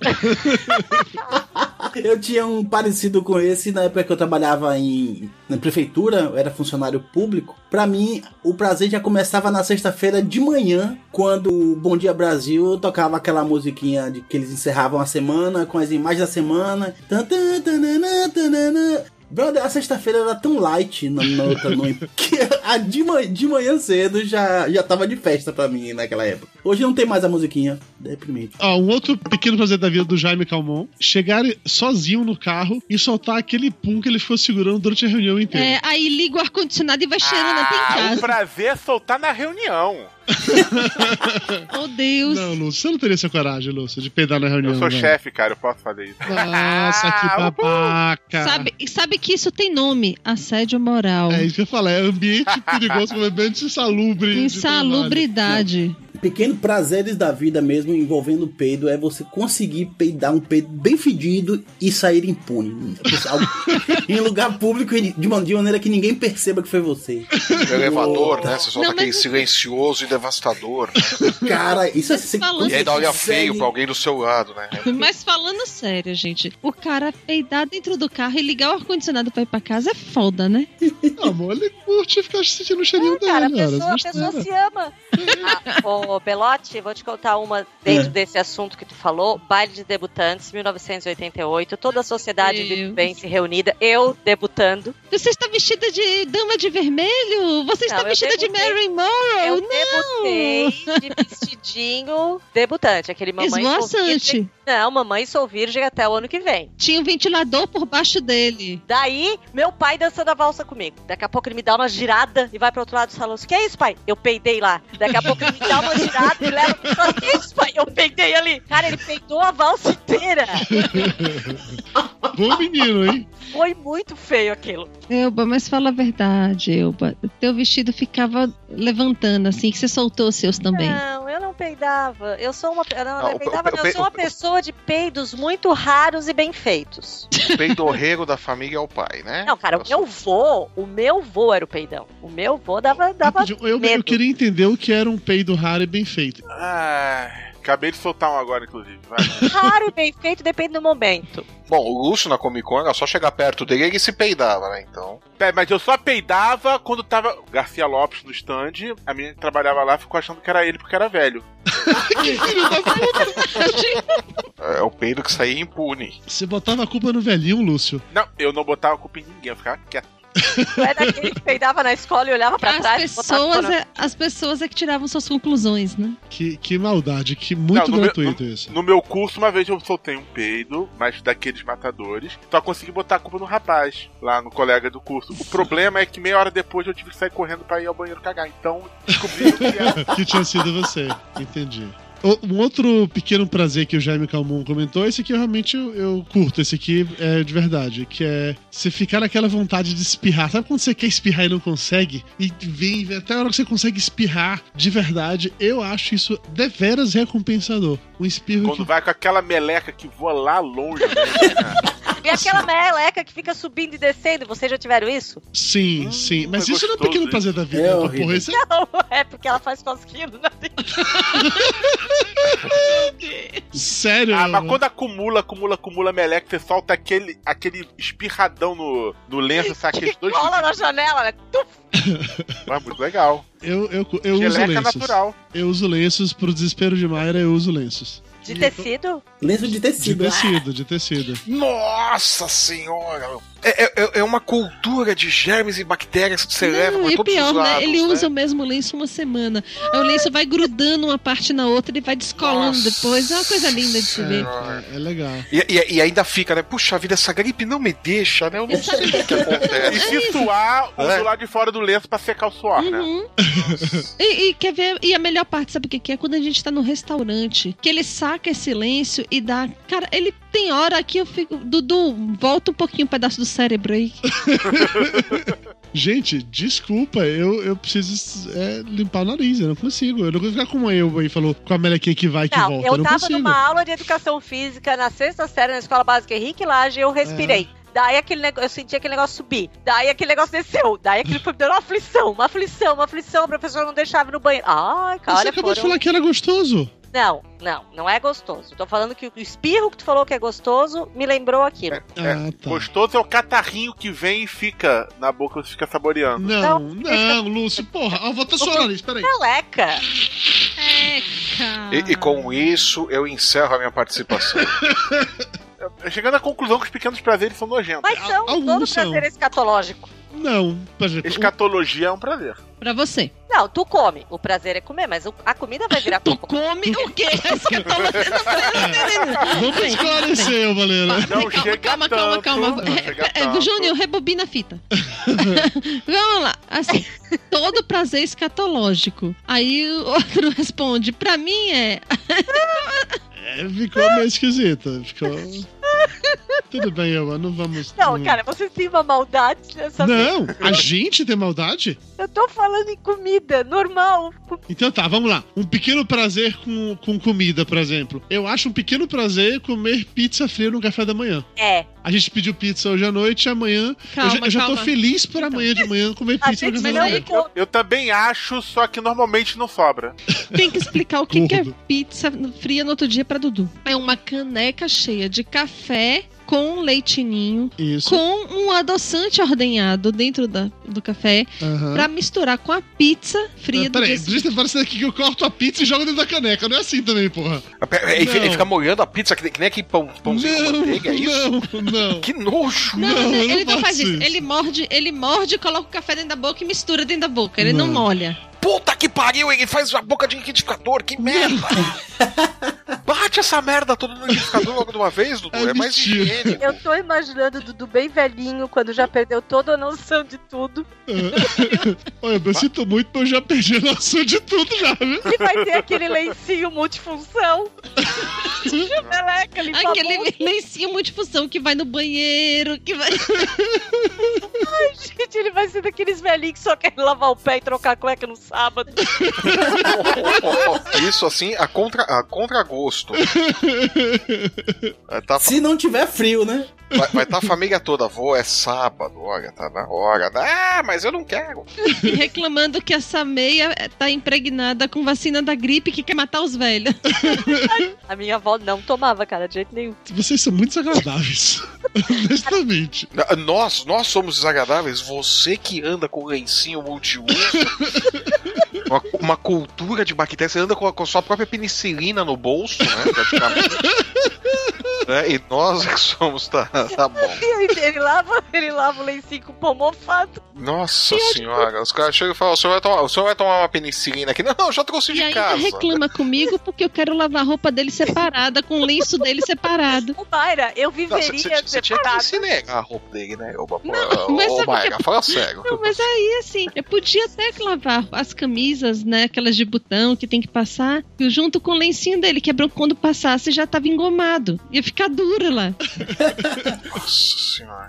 [SPEAKER 7] Eu tinha um parecido com esse na época que eu trabalhava em na prefeitura, eu era funcionário público. Pra mim, o prazer já começava na sexta-feira de manhã, quando o Bom Dia Brasil tocava aquela musiquinha de que eles encerravam a semana com as imagens da semana. Tan, tan, tananã, tananã. Brother, a sexta-feira era tão light na na outra noite *laughs* que a de, ma- de manhã cedo já, já tava de festa pra mim naquela época. Hoje não tem mais a musiquinha. Deprimente.
[SPEAKER 2] Ó, um outro pequeno prazer da vida do Jaime Calmon, chegar sozinho no carro e soltar aquele pum que ele ficou segurando durante a reunião inteira.
[SPEAKER 3] É, aí liga o ar-condicionado e vai cheirando até em
[SPEAKER 5] Ah, o
[SPEAKER 3] casa.
[SPEAKER 5] prazer é soltar na reunião.
[SPEAKER 3] Oh, Deus.
[SPEAKER 2] Não, Lúcio, você não teria essa coragem, Lúcio, de peidar na reunião.
[SPEAKER 5] Eu sou
[SPEAKER 2] velho.
[SPEAKER 5] chefe, cara, eu posso fazer isso.
[SPEAKER 2] Nossa, que babaca.
[SPEAKER 3] Sabe, e sabe que isso tem nome? Assédio moral.
[SPEAKER 2] É isso que eu falei, é ambiente perigoso, um ambiente insalubre. de
[SPEAKER 3] Insalubridade.
[SPEAKER 7] Pequeno prazeres da vida mesmo envolvendo peido é você conseguir peidar um peido bem fedido e sair impune. *laughs* em lugar público e de uma de maneira que ninguém perceba que foi você.
[SPEAKER 1] Elevador, né? Você solta
[SPEAKER 7] Não, mas
[SPEAKER 1] aquele silencioso e devastador.
[SPEAKER 7] Cara, isso é
[SPEAKER 3] falando
[SPEAKER 1] E ainda olha
[SPEAKER 3] sério.
[SPEAKER 1] feio pra alguém do seu lado, né?
[SPEAKER 3] *laughs* Mas falando sério, gente, o cara peidar dentro do carro e ligar o ar-condicionado pra ir pra casa é foda, né?
[SPEAKER 2] Não, amor, ele curte ficar sentindo o cheirinho
[SPEAKER 3] dele, cara,
[SPEAKER 4] Ah, A pessoa, a pessoa se ama. Ah, ô, Belote, vou te contar uma dentro
[SPEAKER 3] É.
[SPEAKER 4] desse assunto que tu falou. Baile de debutantes, 1988. Toda a sociedade de bem se reunida. Eu debutando.
[SPEAKER 3] Você está vestida de dama de vermelho? Você está
[SPEAKER 4] Não, eu
[SPEAKER 3] vestida de
[SPEAKER 4] debutei.
[SPEAKER 3] Mary Morrow?
[SPEAKER 4] Eu
[SPEAKER 3] Ah, não!
[SPEAKER 4] debutei de vestidinho debutante. Aquele mamãe sou
[SPEAKER 3] Esvoaçante.
[SPEAKER 4] virgem. Não, mamãe sou virgem até o ano que vem.
[SPEAKER 3] Tinha um ventilador por baixo dele.
[SPEAKER 4] Daí, meu pai dançando a valsa comigo. Daqui a pouco ele me dá uma girada e vai pro outro lado do salão. O que é isso, pai? Eu peidei lá. Daqui a pouco ele me dá uma girada e leva pro salão. que é isso, pai? Eu peidei ali. Cara, ele peidou a valsa inteira.
[SPEAKER 2] Bom menino, hein?
[SPEAKER 4] Foi muito feio aquilo.
[SPEAKER 3] Elba, mas fala a verdade, Elba. Teu vestido ficava levantando, assim, que você soltou os seus também.
[SPEAKER 4] Não, eu não peidava. Eu sou uma. eu Não,
[SPEAKER 1] Não,
[SPEAKER 4] eu
[SPEAKER 1] o-
[SPEAKER 4] peidava,
[SPEAKER 1] o-
[SPEAKER 4] não.
[SPEAKER 1] o-
[SPEAKER 4] Eu sou uma
[SPEAKER 1] o-
[SPEAKER 4] pessoa de peidos muito raros e bem feitos.
[SPEAKER 1] O É um peidorreiro da família é o pai, né?
[SPEAKER 4] Não, cara, o meu vô, o meu vô era o peidão. O meu vô dava, *laughs* dava
[SPEAKER 2] Eu, eu
[SPEAKER 4] medo.
[SPEAKER 2] queria entender o que era um peido raro e bem feito.
[SPEAKER 5] Ah, acabei de soltar um agora, inclusive. Vai.
[SPEAKER 4] Raro e bem feito, depende do momento.
[SPEAKER 1] Bom, o Lúcio na Comic Con era só chegar perto dele e ele se peidava, né? Então.
[SPEAKER 5] Pera, É, mas eu só peidava quando tava Garcia Lopes no stand. A menina que trabalhava lá ficou achando que era ele porque era velho.
[SPEAKER 1] É o peido que saía impune.
[SPEAKER 2] Você botava a culpa no velhinho, Lúcio.
[SPEAKER 5] Não, eu não botava a culpa em ninguém, eu ficava quieto.
[SPEAKER 4] Tu é daquele que peidava na escola e olhava pra trás.
[SPEAKER 3] *laughs* As
[SPEAKER 4] botava
[SPEAKER 3] pessoas,
[SPEAKER 4] pano-
[SPEAKER 3] é, as pessoas é que tiravam suas conclusões, né?
[SPEAKER 2] Que, que maldade, que muito
[SPEAKER 5] Não, no
[SPEAKER 2] gratuito
[SPEAKER 5] meu, no,
[SPEAKER 2] isso.
[SPEAKER 5] No meu curso, uma vez eu soltei um peido, mas daqueles matadores. Só consegui botar a culpa no rapaz, lá no colega do curso. O problema é que meia hora depois
[SPEAKER 2] *laughs*
[SPEAKER 5] eu tive que sair correndo pra ir ao banheiro cagar. Então, descobri que era.
[SPEAKER 2] que tinha sido você, entendi. O- Um outro pequeno prazer que o Jaime Calmon comentou, esse aqui eu realmente eu, eu curto, esse aqui é de verdade, que é você ficar naquela vontade de espirrar. Sabe quando você quer espirrar e não consegue? E vem, vem até a hora que você consegue espirrar de verdade, eu acho isso deveras recompensador. Um espirro
[SPEAKER 5] Quando vai com aquela meleca que voa lá longe, né?
[SPEAKER 2] *laughs*
[SPEAKER 4] E aquela meleca que fica subindo e descendo, vocês já tiveram isso? *laughs*
[SPEAKER 2] que... Sim, sim. Mas
[SPEAKER 5] é
[SPEAKER 2] isso não é um
[SPEAKER 5] gostoso,
[SPEAKER 2] pequeno
[SPEAKER 5] hein?
[SPEAKER 2] prazer da vida,
[SPEAKER 5] É
[SPEAKER 2] né?
[SPEAKER 5] horrível.
[SPEAKER 2] porra, isso é
[SPEAKER 4] Não, é porque ela faz cosquinho na
[SPEAKER 2] Sério?
[SPEAKER 5] Ah, mas quando acumula, acumula, acumula meleca, você solta aquele, aquele espirradão no, no lenço, sai aqueles
[SPEAKER 4] *laughs*
[SPEAKER 5] dois.
[SPEAKER 4] cola na janela, né?
[SPEAKER 5] Mas muito legal.
[SPEAKER 2] Eu, eu, eu uso
[SPEAKER 5] Geleca é
[SPEAKER 2] lenços.
[SPEAKER 5] natural.
[SPEAKER 2] Eu uso lenços pro desespero de Mayra, eu uso lenços.
[SPEAKER 4] De tecido?
[SPEAKER 7] Lenço de tecido. né?
[SPEAKER 2] De tecido, de tecido.
[SPEAKER 1] Nossa senhora! meu. É, é- é- é uma cultura de germes e bactérias que você leva
[SPEAKER 3] Não,
[SPEAKER 1] pra
[SPEAKER 3] e
[SPEAKER 1] todos
[SPEAKER 3] pior,
[SPEAKER 1] os lados,
[SPEAKER 3] né? Ele usa
[SPEAKER 1] né?
[SPEAKER 3] o mesmo lenço uma semana. Aí o lenço vai grudando uma parte na outra, ele vai descolando depois. É uma coisa linda de se ver.
[SPEAKER 1] Senhora.
[SPEAKER 2] É legal.
[SPEAKER 1] E, e- e ainda fica, né? Puxa vida, essa gripe não me deixa, né? Eu não sei o que que acontece.
[SPEAKER 5] E se suar, usa do lado de fora do lenço pra secar o suor,
[SPEAKER 3] Uhum.
[SPEAKER 5] né?
[SPEAKER 3] E, e quer ver? E a melhor parte, sabe o que, que é? Quando a gente tá no restaurante, que ele saca esse lenço e dá. Cara, ele tem hora que eu fico. Dudu, volta um pouquinho o pedaço do cérebro aí.
[SPEAKER 2] Gente, desculpa, eu, eu preciso é, limpar o nariz, eu não consigo. Eu não consigo ficar como eu aí falou, com a melequinha que vai e que
[SPEAKER 4] Não,
[SPEAKER 2] volta.
[SPEAKER 4] eu
[SPEAKER 2] não
[SPEAKER 4] tava
[SPEAKER 2] consigo.
[SPEAKER 4] numa aula de educação física na sexta série na escola básica Henrique Laje e eu respirei.
[SPEAKER 2] É.
[SPEAKER 4] Daí aquele negócio, eu senti aquele negócio subir. Daí aquele negócio desceu. Daí aquele foi me dando uma aflição, uma aflição, uma aflição. O professor não deixava ir no banheiro. Ai, cara,
[SPEAKER 2] Você acabou de
[SPEAKER 4] foram-
[SPEAKER 2] falar que era gostoso.
[SPEAKER 4] Não, não, não é gostoso. Tô falando que o espirro que tu falou que é gostoso me lembrou aquilo.
[SPEAKER 2] É,
[SPEAKER 5] Gostoso é o catarrinho que vem e fica na boca, você fica saboreando.
[SPEAKER 2] Não, não, Lúcio, porra. Ó, vou até suar o nariz, peraí.
[SPEAKER 4] Meleca. É,
[SPEAKER 1] E, e com isso, eu encerro a minha *laughs* participação.
[SPEAKER 5] Chegando à conclusão que os pequenos prazeres são nojentos.
[SPEAKER 4] Mas são, todo prazer é escatológico.
[SPEAKER 2] Não,
[SPEAKER 5] Escatologia é um prazer.
[SPEAKER 3] Pra você.
[SPEAKER 4] Não, tu come. O prazer é comer, mas o- a comida
[SPEAKER 3] *laughs*
[SPEAKER 4] vai virar Tu
[SPEAKER 3] come o quê? *laughs*
[SPEAKER 2] Vamos esclarecer, Valena.
[SPEAKER 5] Não Então, chega
[SPEAKER 3] Calma, calma, calma.
[SPEAKER 5] Não
[SPEAKER 3] É,
[SPEAKER 5] chega
[SPEAKER 3] é,
[SPEAKER 5] tanto.
[SPEAKER 3] Júnior, rebobina a fita. *laughs* Vamos lá. Assim, todo prazer escatológico. Aí o outro *laughs* responde: pra mim é.
[SPEAKER 2] É, ficou meio esquisito. Ficou. Tudo bem, Elba, não vamos.
[SPEAKER 4] Não, cara, vocês têm uma maldade nessa
[SPEAKER 2] hum. Não, a gente tem maldade?
[SPEAKER 4] Eu tô falando em comida, normal.
[SPEAKER 2] Então tá, vamos lá. Um pequeno prazer com, com comida, por exemplo. Eu acho um pequeno prazer comer pizza fria no café da manhã.
[SPEAKER 4] É.
[SPEAKER 2] A gente pediu pizza hoje à noite e amanhã.
[SPEAKER 5] Calma,
[SPEAKER 2] eu já, eu já tô
[SPEAKER 5] calma.
[SPEAKER 2] feliz por
[SPEAKER 3] Então,
[SPEAKER 2] amanhã de manhã comer pizza no café da
[SPEAKER 4] é
[SPEAKER 2] manhã.
[SPEAKER 5] eu, eu também acho, só que normalmente não sobra.
[SPEAKER 3] Tem que explicar o que, que é pizza fria no outro dia pra Dudu. É uma caneca cheia de café com leitinho,
[SPEAKER 2] Isso.
[SPEAKER 3] com um adoçante ordenhado dentro da, do café,
[SPEAKER 2] Aham.
[SPEAKER 3] pra misturar com a pizza fria
[SPEAKER 2] Ah,
[SPEAKER 3] do
[SPEAKER 2] Peraí,
[SPEAKER 3] dia
[SPEAKER 2] deixa eu parecer aqui que eu corto a pizza e jogo dentro da caneca. Não é assim também, porra.
[SPEAKER 1] Ele, É, fi-
[SPEAKER 2] Não.
[SPEAKER 1] ele fica molhando a pizza que, que nem aquele pão, pãozinho com
[SPEAKER 2] Não,
[SPEAKER 1] manteiga, é isso?
[SPEAKER 2] Não, não.
[SPEAKER 1] Que nojo!
[SPEAKER 3] Não, não, ele não, faz isso. Ele morde, ele morde, coloca o café dentro da boca e mistura dentro da boca. Ele não,
[SPEAKER 1] Não.
[SPEAKER 3] molha.
[SPEAKER 1] Puta que pariu, ele faz a boca de liquidificador, que merda! Bate essa merda toda no liquidificador logo de uma vez, Dudu, é, mais higiene.
[SPEAKER 4] Eu tô imaginando o Dudu bem velhinho, quando já perdeu toda a noção de tudo.
[SPEAKER 2] Olha, eu sinto muito, mas eu já perdi a noção de tudo já, viu?
[SPEAKER 4] E vai ter aquele lencinho multifunção. Meleca, limpa a
[SPEAKER 3] Aquele *laughs*
[SPEAKER 4] boca.
[SPEAKER 3] lencinho multifunção que vai no banheiro, que vai. *laughs*
[SPEAKER 4] Ai, *laughs* gente, ele vai ser daqueles velhinhos que só querem lavar o pé e trocar a cueca no sábado.
[SPEAKER 1] Isso assim, a contra, a contragosto. tá,
[SPEAKER 7] Se não tiver frio, né?
[SPEAKER 1] Vai vai tá a família toda, vô, é sábado, olha, tá na hora. Ah, mas eu não quero.
[SPEAKER 3] E reclamando que essa meia tá impregnada com vacina da gripe que quer matar os velhos.
[SPEAKER 4] A minha avó não tomava, cara, de jeito nenhum.
[SPEAKER 2] Vocês são muito desagradáveis. *laughs* Honestamente.
[SPEAKER 1] Ah, Nós, nós somos desagradáveis. Você que anda com lencinho multiuso, uma, uma cultura de bactérias, você anda com a, com a sua própria penicilina no bolso, né? Praticamente.
[SPEAKER 12] né? E nós que somos, tá, tá bom.
[SPEAKER 4] E aí ele lava, ele lava o lencinho com pão mofado.
[SPEAKER 12] Nossa
[SPEAKER 3] é tipo-
[SPEAKER 12] senhora, os caras chegam e falam: o senhor, vai tomar, o senhor vai tomar uma penicilina aqui? Não, não, eu já trouxe
[SPEAKER 3] E
[SPEAKER 12] de
[SPEAKER 3] ainda
[SPEAKER 12] casa.
[SPEAKER 3] reclama comigo porque eu quero lavar a roupa dele separada, com o lenço dele separado.
[SPEAKER 4] Mayra, eu
[SPEAKER 12] Não, você- você-
[SPEAKER 4] viveria
[SPEAKER 12] Você tinha que
[SPEAKER 4] separado.
[SPEAKER 12] ensinar a roupa dele, né? Ô, ô,
[SPEAKER 3] é mas
[SPEAKER 12] ô,
[SPEAKER 3] sabe
[SPEAKER 12] Maiga,
[SPEAKER 3] que- é
[SPEAKER 12] fala sério.
[SPEAKER 3] Não, mas aí, assim, eu podia até lavar as camisas, né? Aquelas de botão que tem que passar, junto com o lencinho dele, que quando passasse já tava engomado. Ia ficar duro lá.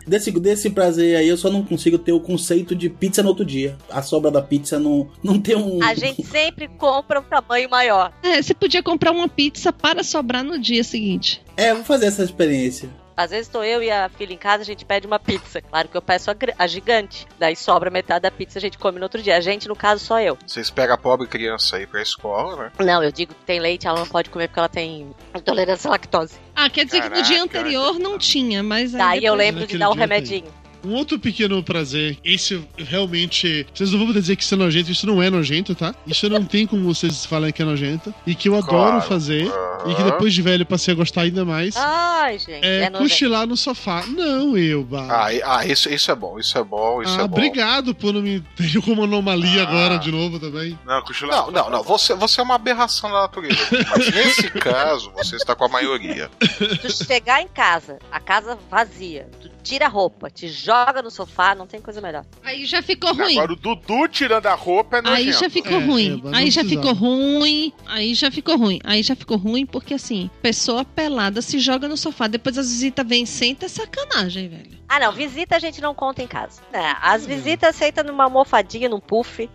[SPEAKER 7] Desse, desse prazer aí, eu só não consigo ter o conceito de pizza no outro dia. A sobra da pizza não, não tem um.
[SPEAKER 4] A gente sempre compra um tamanho maior.
[SPEAKER 3] É, você podia comprar uma pizza para sobrar no dia seguinte.
[SPEAKER 7] É, eu vou fazer essa experiência.
[SPEAKER 4] Às vezes tô eu e a filha em casa, a gente pede uma pizza. Claro que eu peço a, gr- a gigante. Daí sobra metade da pizza, a gente come no outro dia. A gente, no caso, só eu.
[SPEAKER 12] Vocês pegam a pobre criança aí pra escola, né?
[SPEAKER 4] Não, eu digo que tem leite, ela não pode comer porque ela tem intolerância à lactose.
[SPEAKER 3] Ah, quer dizer que no dia
[SPEAKER 4] Caraca.
[SPEAKER 3] anterior não tinha, mas aí.
[SPEAKER 4] Daí eu
[SPEAKER 3] depois-
[SPEAKER 4] lembro de dar um remedinho.
[SPEAKER 2] Um outro pequeno prazer, esse realmente. Vocês não vão poder dizer que isso é nojento, isso não é nojento, tá? Isso não tem como vocês falarem que é nojento. E que eu adoro
[SPEAKER 5] Claro.
[SPEAKER 2] fazer. E que depois de velho eu passei a gostar ainda mais.
[SPEAKER 4] Ai, gente.
[SPEAKER 2] é
[SPEAKER 4] Ah, é nojento.
[SPEAKER 2] cochilar no sofá. Não, eu, bah.
[SPEAKER 12] Ah, e- ah isso, isso é bom, isso é bom, isso
[SPEAKER 2] Ah,
[SPEAKER 12] é bom. Ah.
[SPEAKER 2] obrigado por não me ter *laughs* como anomalia agora de novo também.
[SPEAKER 12] Não, não, não, Você, você é uma aberração da natureza. Mas
[SPEAKER 2] *laughs*
[SPEAKER 12] nesse caso, você está com a maioria.
[SPEAKER 4] Tu chegar em casa, a casa vazia, tu tira a roupa, te joga no sofá, não tem coisa melhor.
[SPEAKER 3] Aí já ficou ruim.
[SPEAKER 5] Agora o Dudu tirando a roupa é nojento.
[SPEAKER 3] Aí já ficou
[SPEAKER 2] é,
[SPEAKER 3] ruim. aí já ficou ruim. Aí já ficou ruim. Aí já ficou ruim porque assim, pessoa pelada se joga no sofá, depois as visitas vêm, senta, é sacanagem, velho.
[SPEAKER 4] Ah, não, visita a gente não conta em casa. Né,
[SPEAKER 5] Hum.
[SPEAKER 4] as visitas aceita numa almofadinha, num puff.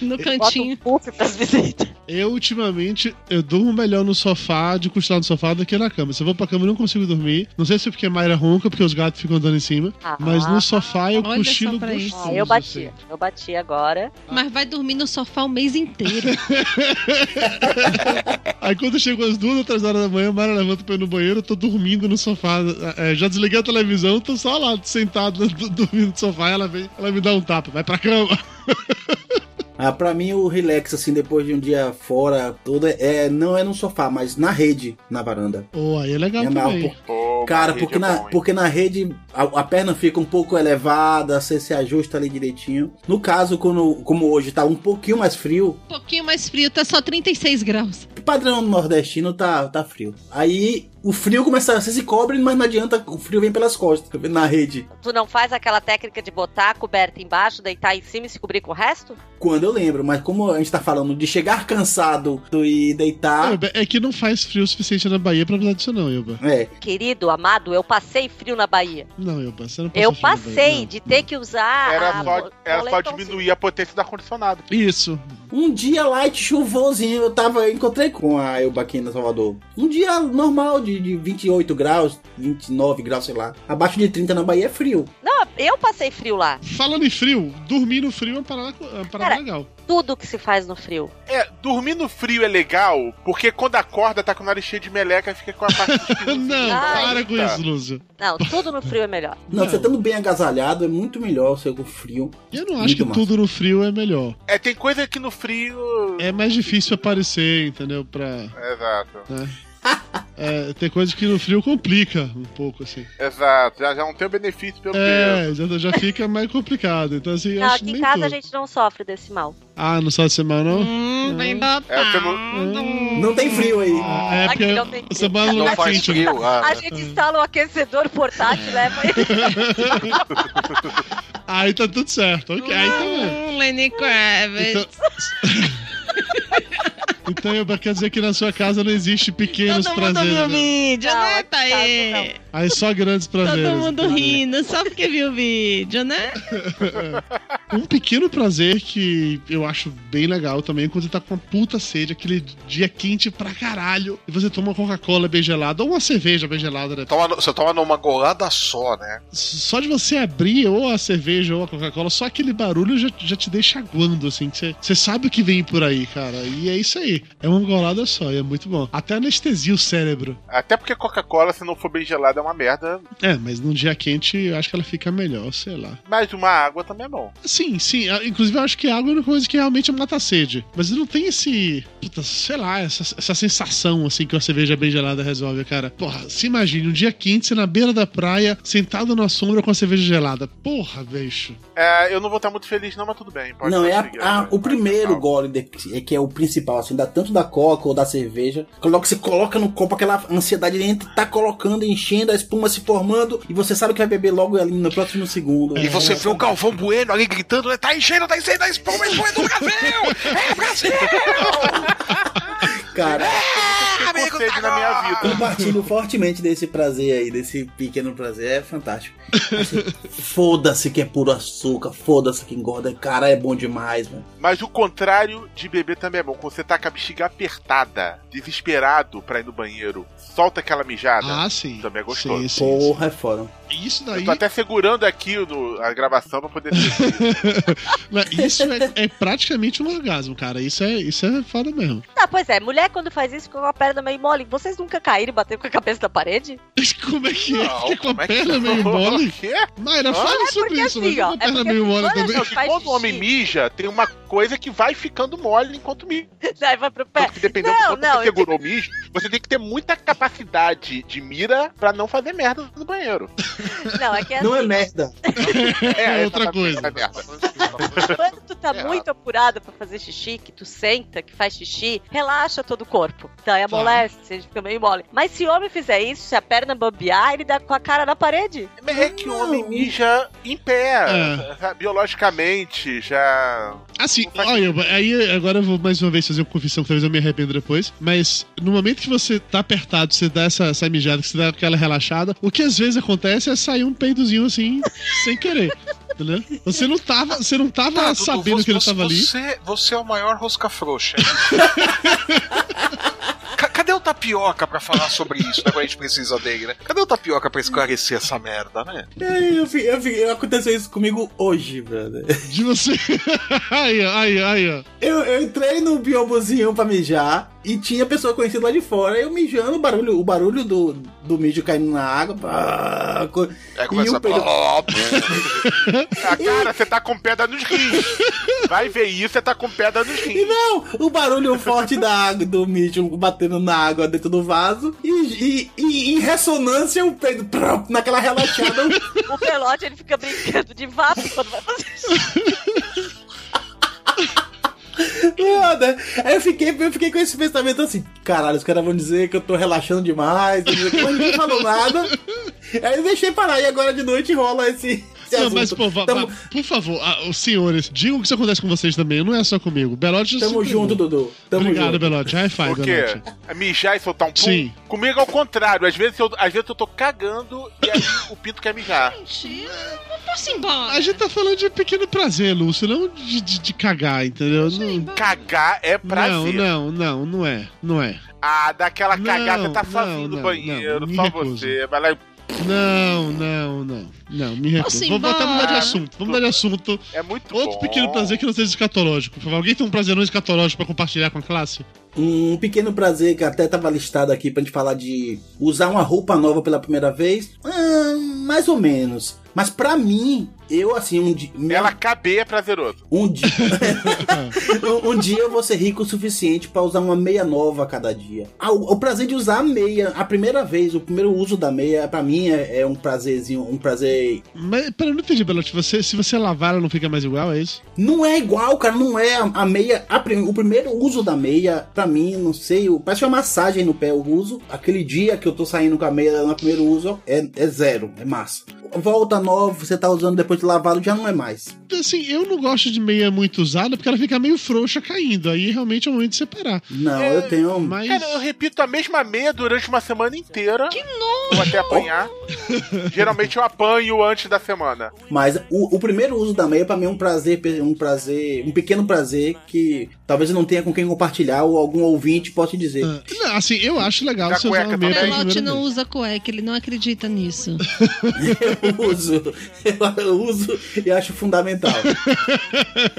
[SPEAKER 3] No
[SPEAKER 4] cantinho. Bota um puff pras visitas.
[SPEAKER 2] Eu, ultimamente, eu durmo melhor no sofá, de cochilar no sofá, do que na cama. Se eu vou pra cama, eu não consigo dormir. Não sei se é porque a Mayra ronca, porque os gatos ficam andando em cima.
[SPEAKER 4] Ah.
[SPEAKER 2] *laughs* mas no sofá eu
[SPEAKER 3] Olha só
[SPEAKER 2] cochilo
[SPEAKER 3] pra isso.
[SPEAKER 2] gostoso.
[SPEAKER 4] Ah, eu bati,
[SPEAKER 2] assim.
[SPEAKER 4] eu bati agora.
[SPEAKER 3] Mas vai dormir no sofá o mês inteiro.
[SPEAKER 5] *laughs*
[SPEAKER 2] Aí quando chegou às duas ou três horas da manhã, a Mayra levanta pra ir no banheiro, eu tô dormindo no sofá. É, já desliguei a televisão, tô só lá, sentado, *laughs* d- dormindo no sofá. Ela vem, ela me dá um tapa, vai pra cama.
[SPEAKER 7] Ah, pra mim o relax, assim, depois de um dia fora, tudo, é, não é no sofá, mas na rede, na varanda.
[SPEAKER 2] Pô, aí é legal
[SPEAKER 7] É, não,
[SPEAKER 2] também.
[SPEAKER 7] por- Cara,
[SPEAKER 5] é
[SPEAKER 7] porque, na, porque na rede a, a perna fica um pouco elevada, você se ajusta ali direitinho. No caso, quando, como hoje tá um pouquinho mais frio,
[SPEAKER 3] Um pouquinho mais frio, tá só 36 graus.
[SPEAKER 7] padrão nordestino tá, tá frio. Aí o frio começa, você se cobre, mas não adianta, o frio vem pelas costas, tá na rede.
[SPEAKER 4] Tu não faz aquela técnica de botar a coberta embaixo, deitar em cima e se cobrir com o resto?
[SPEAKER 7] Quando eu lembro, mas como a gente tá falando de chegar cansado e deitar.
[SPEAKER 2] É que não faz frio o suficiente na Bahia pra precisar disso, não, Ilba.
[SPEAKER 7] É.
[SPEAKER 4] Querido, amado, eu passei frio na Bahia.
[SPEAKER 2] Não, Ilba, você não passa
[SPEAKER 4] Eu
[SPEAKER 2] frio na Bahia,
[SPEAKER 4] passei
[SPEAKER 2] não.
[SPEAKER 4] de ter que usar.
[SPEAKER 5] Era
[SPEAKER 3] Ah,
[SPEAKER 4] a-
[SPEAKER 5] só, era só
[SPEAKER 3] então
[SPEAKER 4] moletom.
[SPEAKER 5] diminuir a potência do ar-condicionado.
[SPEAKER 2] Isso.
[SPEAKER 7] Um dia light chuvosinho, eu tava, encontrei com a Elba aqui em Salvador. Um dia normal de, de 28 graus, 29 graus, sei lá. Abaixo de 30 na Bahia é frio.
[SPEAKER 4] Não, eu passei frio lá.
[SPEAKER 2] Falando em frio, dormir no frio é uma parada, é uma parada
[SPEAKER 4] Cara,
[SPEAKER 2] legal.
[SPEAKER 4] Tudo que se faz no frio.
[SPEAKER 5] É, dormir no frio é legal, porque quando acorda tá com o nariz cheio de meleca e fica com a
[SPEAKER 3] *laughs*
[SPEAKER 5] parte de
[SPEAKER 2] Não,
[SPEAKER 4] Ai.
[SPEAKER 2] para com isso, Lúcio.
[SPEAKER 4] Não, tudo no frio é melhor.
[SPEAKER 7] Não, você estando bem agasalhado é muito melhor ser com frio.
[SPEAKER 2] Eu não Acho que tudo no frio é melhor.
[SPEAKER 5] É, tem coisa que no frio.
[SPEAKER 2] É mais difícil aparecer, entendeu? Pra.
[SPEAKER 5] Exato.
[SPEAKER 2] né? É, tem coisas que no frio complica um pouco, assim.
[SPEAKER 5] Exato, já, já não tem o benefício pelo
[SPEAKER 2] É,
[SPEAKER 5] peso.
[SPEAKER 2] já, já fica mais complicado. Então, assim, eu
[SPEAKER 4] Não,
[SPEAKER 2] acho
[SPEAKER 4] aqui em
[SPEAKER 2] nem
[SPEAKER 4] casa
[SPEAKER 2] tudo.
[SPEAKER 4] a gente Hum, não sofre desse mal.
[SPEAKER 2] Ah, não sabe semana, não?
[SPEAKER 3] Bem
[SPEAKER 5] É,
[SPEAKER 3] um
[SPEAKER 7] Não tem frio aí.
[SPEAKER 2] É, porque
[SPEAKER 4] Aqui não tem
[SPEAKER 2] você mora no
[SPEAKER 4] Não faz
[SPEAKER 2] quente.
[SPEAKER 4] frio lá, A gente instala um aquecedor portátil é, e leva ele.
[SPEAKER 2] Aí tá tudo certo, ok. Aí tá bom.
[SPEAKER 3] Hum, Lenny Kravitz.
[SPEAKER 2] Então, *laughs* eu quer dizer que na sua casa não existe pequenos
[SPEAKER 3] Todo mundo
[SPEAKER 2] prazeres. né?
[SPEAKER 3] viu vídeo, né, Thaí?
[SPEAKER 2] Aí só grandes prazeres.
[SPEAKER 3] Todo mundo
[SPEAKER 2] entendeu?
[SPEAKER 3] rindo, só porque viu o vídeo, né?
[SPEAKER 2] Um pequeno prazer que eu acho bem legal também é quando você tá com uma puta sede, aquele dia quente pra caralho, e você toma uma Coca-Cola bem gelada ou uma cerveja bem gelada, né?
[SPEAKER 12] Toma no- você toma numa golada só, né?
[SPEAKER 2] Só de você abrir ou a cerveja ou a Coca-Cola, só aquele barulho já, já te deixa aguando, assim, que você, você sabe o que vem por aí, cara. E é isso aí, aí. É uma golada só e é muito bom. Até anestesia o cérebro.
[SPEAKER 5] Até porque Coca-Cola, se não for bem gelada, é uma merda.
[SPEAKER 2] É, mas num dia quente eu acho que ela fica melhor, sei lá.
[SPEAKER 5] Mas uma água também é bom.
[SPEAKER 2] Sim, sim. Ah, Inclusive, eu acho que água é uma coisa que realmente mata a sede. Mas não tem esse. Puta, sei lá, essa, essa sensação assim que uma cerveja bem gelada resolve, cara. Porra, se imagine um dia quente, você na beira da praia, sentado na sombra com a cerveja gelada. Porra, bicho.
[SPEAKER 5] É, eu não vou estar muito feliz, não, mas tudo bem. Pode
[SPEAKER 7] Não, é a-
[SPEAKER 5] seguir,
[SPEAKER 7] a-
[SPEAKER 5] né?
[SPEAKER 7] o primeiro gole de- que é, que é o principal, assim, da, tanto da coca ou da cerveja. Coloca, você coloca no copo aquela ansiedade dentro, tá colocando, enchendo, a espuma se formando, e você sabe que vai beber logo ali no próximo segundo.
[SPEAKER 1] E você vê o Galvão Bueno ali gritando, né? Tá enchendo, tá enchendo, tá espuma, espuma é do Brasil! É
[SPEAKER 12] *laughs*
[SPEAKER 1] Brasil!
[SPEAKER 7] Cara,
[SPEAKER 1] É, amigo, tá na minha vida.
[SPEAKER 4] *laughs*
[SPEAKER 7] compartilho fortemente desse prazer aí, desse pequeno prazer, é fantástico. Assim, foda-se que é puro açúcar, foda-se que engorda, cara, é bom demais, mano.
[SPEAKER 5] Mas o contrário de beber também é bom. Quando você tá com a bexiga apertada, desesperado pra ir no banheiro, solta aquela mijada.
[SPEAKER 2] Ah, sim.
[SPEAKER 5] Também é gostoso.
[SPEAKER 7] Porra, é foda.
[SPEAKER 2] Isso
[SPEAKER 5] Eu
[SPEAKER 2] daí.
[SPEAKER 5] tô até segurando aqui no- a gravação pra
[SPEAKER 7] *laughs*
[SPEAKER 5] poder.
[SPEAKER 2] Não, Isso é, é praticamente um orgasmo, cara. Isso é, isso é foda mesmo. *laughs*
[SPEAKER 4] Tá, pois é, mulher quando faz isso com a perna meio mole, vocês nunca caíram e bateram com a cabeça na parede? *laughs*
[SPEAKER 2] Como é que
[SPEAKER 5] é?
[SPEAKER 2] Fica com a
[SPEAKER 5] *laughs*
[SPEAKER 2] perna meio mole. Mayra, fala
[SPEAKER 4] É
[SPEAKER 2] sobre
[SPEAKER 4] porque
[SPEAKER 2] isso, mas
[SPEAKER 4] assim,
[SPEAKER 2] fica
[SPEAKER 4] ó,
[SPEAKER 2] com a
[SPEAKER 4] é
[SPEAKER 2] perna
[SPEAKER 4] porque
[SPEAKER 2] meio mole
[SPEAKER 4] quando a
[SPEAKER 2] também.
[SPEAKER 4] gente faz
[SPEAKER 5] Quando o homem mija, tem uma coisa que vai ficando mole enquanto mija.
[SPEAKER 4] Daí vai pro pé.
[SPEAKER 5] dependendo
[SPEAKER 4] Não,
[SPEAKER 5] do quanto
[SPEAKER 4] não,
[SPEAKER 5] você segurou o mijo, você tem que ter muita capacidade de mira pra não fazer merda no banheiro.
[SPEAKER 2] *laughs*
[SPEAKER 4] Não, é que assim,
[SPEAKER 7] merda.
[SPEAKER 5] É,
[SPEAKER 2] outra coisa.
[SPEAKER 4] quando tu tá muito apurada pra fazer xixi, que tu senta, que faz xixi, relaxa todo o corpo. Então é moleste, ele fica meio mole. Mas se o homem fizer isso, se a perna bambear, ele dá com a cara na parede.
[SPEAKER 5] Mas é que o homem mija em pé,
[SPEAKER 2] É.
[SPEAKER 5] sabe? biologicamente, já.
[SPEAKER 2] Assim, olha, aí agora eu vou mais uma vez fazer uma confissão, que talvez eu me arrependa depois. Mas no momento que você tá apertado, você dá essa, essa mijada, que você dá aquela relaxada, o que às vezes acontece é sair um peidozinho assim, *laughs* sem querer. Entendeu? Você não tava, você não tava
[SPEAKER 12] Tá, Dudu,
[SPEAKER 2] sabendo
[SPEAKER 12] você-
[SPEAKER 2] que ele
[SPEAKER 12] você-
[SPEAKER 2] tava ali.
[SPEAKER 12] Você, você é o maior rosca
[SPEAKER 2] *laughs*
[SPEAKER 12] frouxa. Ca- Cadê o tapioca pra falar sobre isso, né? Quando a gente precisa dele, né? Cadê o tapioca pra esclarecer essa merda, né?
[SPEAKER 7] Ei, eu fi- eu fi- aconteceu isso comigo hoje, brother.
[SPEAKER 2] De você. *laughs* aí, ó, aí, ó, aí, ó.
[SPEAKER 7] Eu, eu entrei no biobozinho pra mijar e tinha pessoa conhecida lá de fora. Eu mijando, o barulho, o barulho do, do mijo caindo na água. pá, co-
[SPEAKER 5] Aí começa
[SPEAKER 7] e
[SPEAKER 5] a-
[SPEAKER 7] o peido-
[SPEAKER 5] Ah, cara, você tá com pedra nos rins. Vai ver isso, você tá com pedra nos rins.
[SPEAKER 2] é
[SPEAKER 7] E não, o barulho forte da água, do mijo batendo na água dentro do vaso e, e- e em ressonância o peido prrr, naquela relaxada. *laughs*
[SPEAKER 4] O pelote ele fica brincando de vapo quando vai fazer xixi.
[SPEAKER 7] Foda. Aí eu fiquei, eu fiquei com esse pensamento assim: caralho, os caras vão dizer que eu tô relaxando demais, vão dizer que mas ninguém falou nada. Aí eu deixei parar e agora de noite rola esse. esse
[SPEAKER 2] Não,
[SPEAKER 7] assunto.
[SPEAKER 2] mas, pô, va-
[SPEAKER 7] Tá Tamo-
[SPEAKER 2] va- por favor, ah, os senhores, digam que isso acontece com vocês também, não é só comigo. Belote
[SPEAKER 7] Tamo junto, Dudu. Tamo
[SPEAKER 2] Obrigado,
[SPEAKER 7] junto.
[SPEAKER 2] Belote. High five,
[SPEAKER 5] Por quê?
[SPEAKER 2] Belote.
[SPEAKER 5] Mijar e soltar um pum?
[SPEAKER 2] né, Sim.
[SPEAKER 5] Comigo é o contrário. Às vezes, eu, às vezes eu tô cagando e aí o pinto quer mijar.
[SPEAKER 3] Posso ir embora?
[SPEAKER 2] A gente tá falando de pequeno prazer, Lúcio, não de, de- de cagar, entendeu? Não,
[SPEAKER 5] Cagar é prazer.
[SPEAKER 2] não, não, não, não é, não é.
[SPEAKER 5] Ah, dá aquela
[SPEAKER 2] Não,
[SPEAKER 5] cagada, tá
[SPEAKER 2] não,
[SPEAKER 5] sozinho no
[SPEAKER 2] não,
[SPEAKER 5] banheiro,
[SPEAKER 2] não, me
[SPEAKER 5] só
[SPEAKER 2] recuso.
[SPEAKER 5] você. é, Vai lá e...
[SPEAKER 2] Não, não, não. Não, me recuso.
[SPEAKER 3] Posso ir
[SPEAKER 2] Vamos vamos até
[SPEAKER 3] embora?
[SPEAKER 2] mudar de assunto. Vamos mudar de assunto.
[SPEAKER 5] É muito
[SPEAKER 2] Outro
[SPEAKER 5] bom.
[SPEAKER 2] pequeno prazer que não seja escatológico. Por favor, Alguém tem um prazer não escatológico pra compartilhar com a classe?
[SPEAKER 7] Um pequeno prazer que até tava listado aqui pra gente falar de usar uma roupa nova pela primeira vez. Ah, mais ou menos. Mas pra mim, eu assim, um dia.
[SPEAKER 5] Ela caber é prazeroso.
[SPEAKER 7] Um dia. *laughs* um, um dia eu vou ser rico o suficiente pra usar uma meia nova a cada dia. Ah, o, o prazer de usar a meia, a primeira vez, o primeiro uso da meia, pra mim é, é um prazerzinho, um prazer.
[SPEAKER 2] Mas, pera, eu não entendi, Belote. Você, se você lavar, ela não fica mais igual, é isso?
[SPEAKER 7] Não é igual, cara, não é a, a meia. a prim- o primeiro uso da meia, pra mim, não sei, o- parece é uma massagem no pé o uso. Aquele dia que eu tô saindo com a meia no primeiro uso, é, é zero, é massa. Volta nova, você tá usando depois de lavado, já não é mais.
[SPEAKER 2] Assim, eu não gosto de meia muito usada porque ela fica meio frouxa caindo. Aí realmente é o momento de separar.
[SPEAKER 7] Não, eu tenho. um,
[SPEAKER 2] Mas.
[SPEAKER 5] Cara, eu repito a mesma meia durante uma semana inteira. Que nojo! Vou até apanhar. Geralmente eu apanho antes da semana.
[SPEAKER 7] Mas o, o primeiro uso da meia pra mim é um prazer, um prazer, um pequeno prazer que Talvez eu não tenha com quem compartilhar ou algum ouvinte possa te dizer.
[SPEAKER 2] Não, assim, eu acho legal você usar uma meia pela
[SPEAKER 3] Pelote
[SPEAKER 2] primeira
[SPEAKER 3] não usa cueca, ele não acredita nisso.
[SPEAKER 7] *laughs* Eu uso. *laughs* Eu uso e acho fundamental.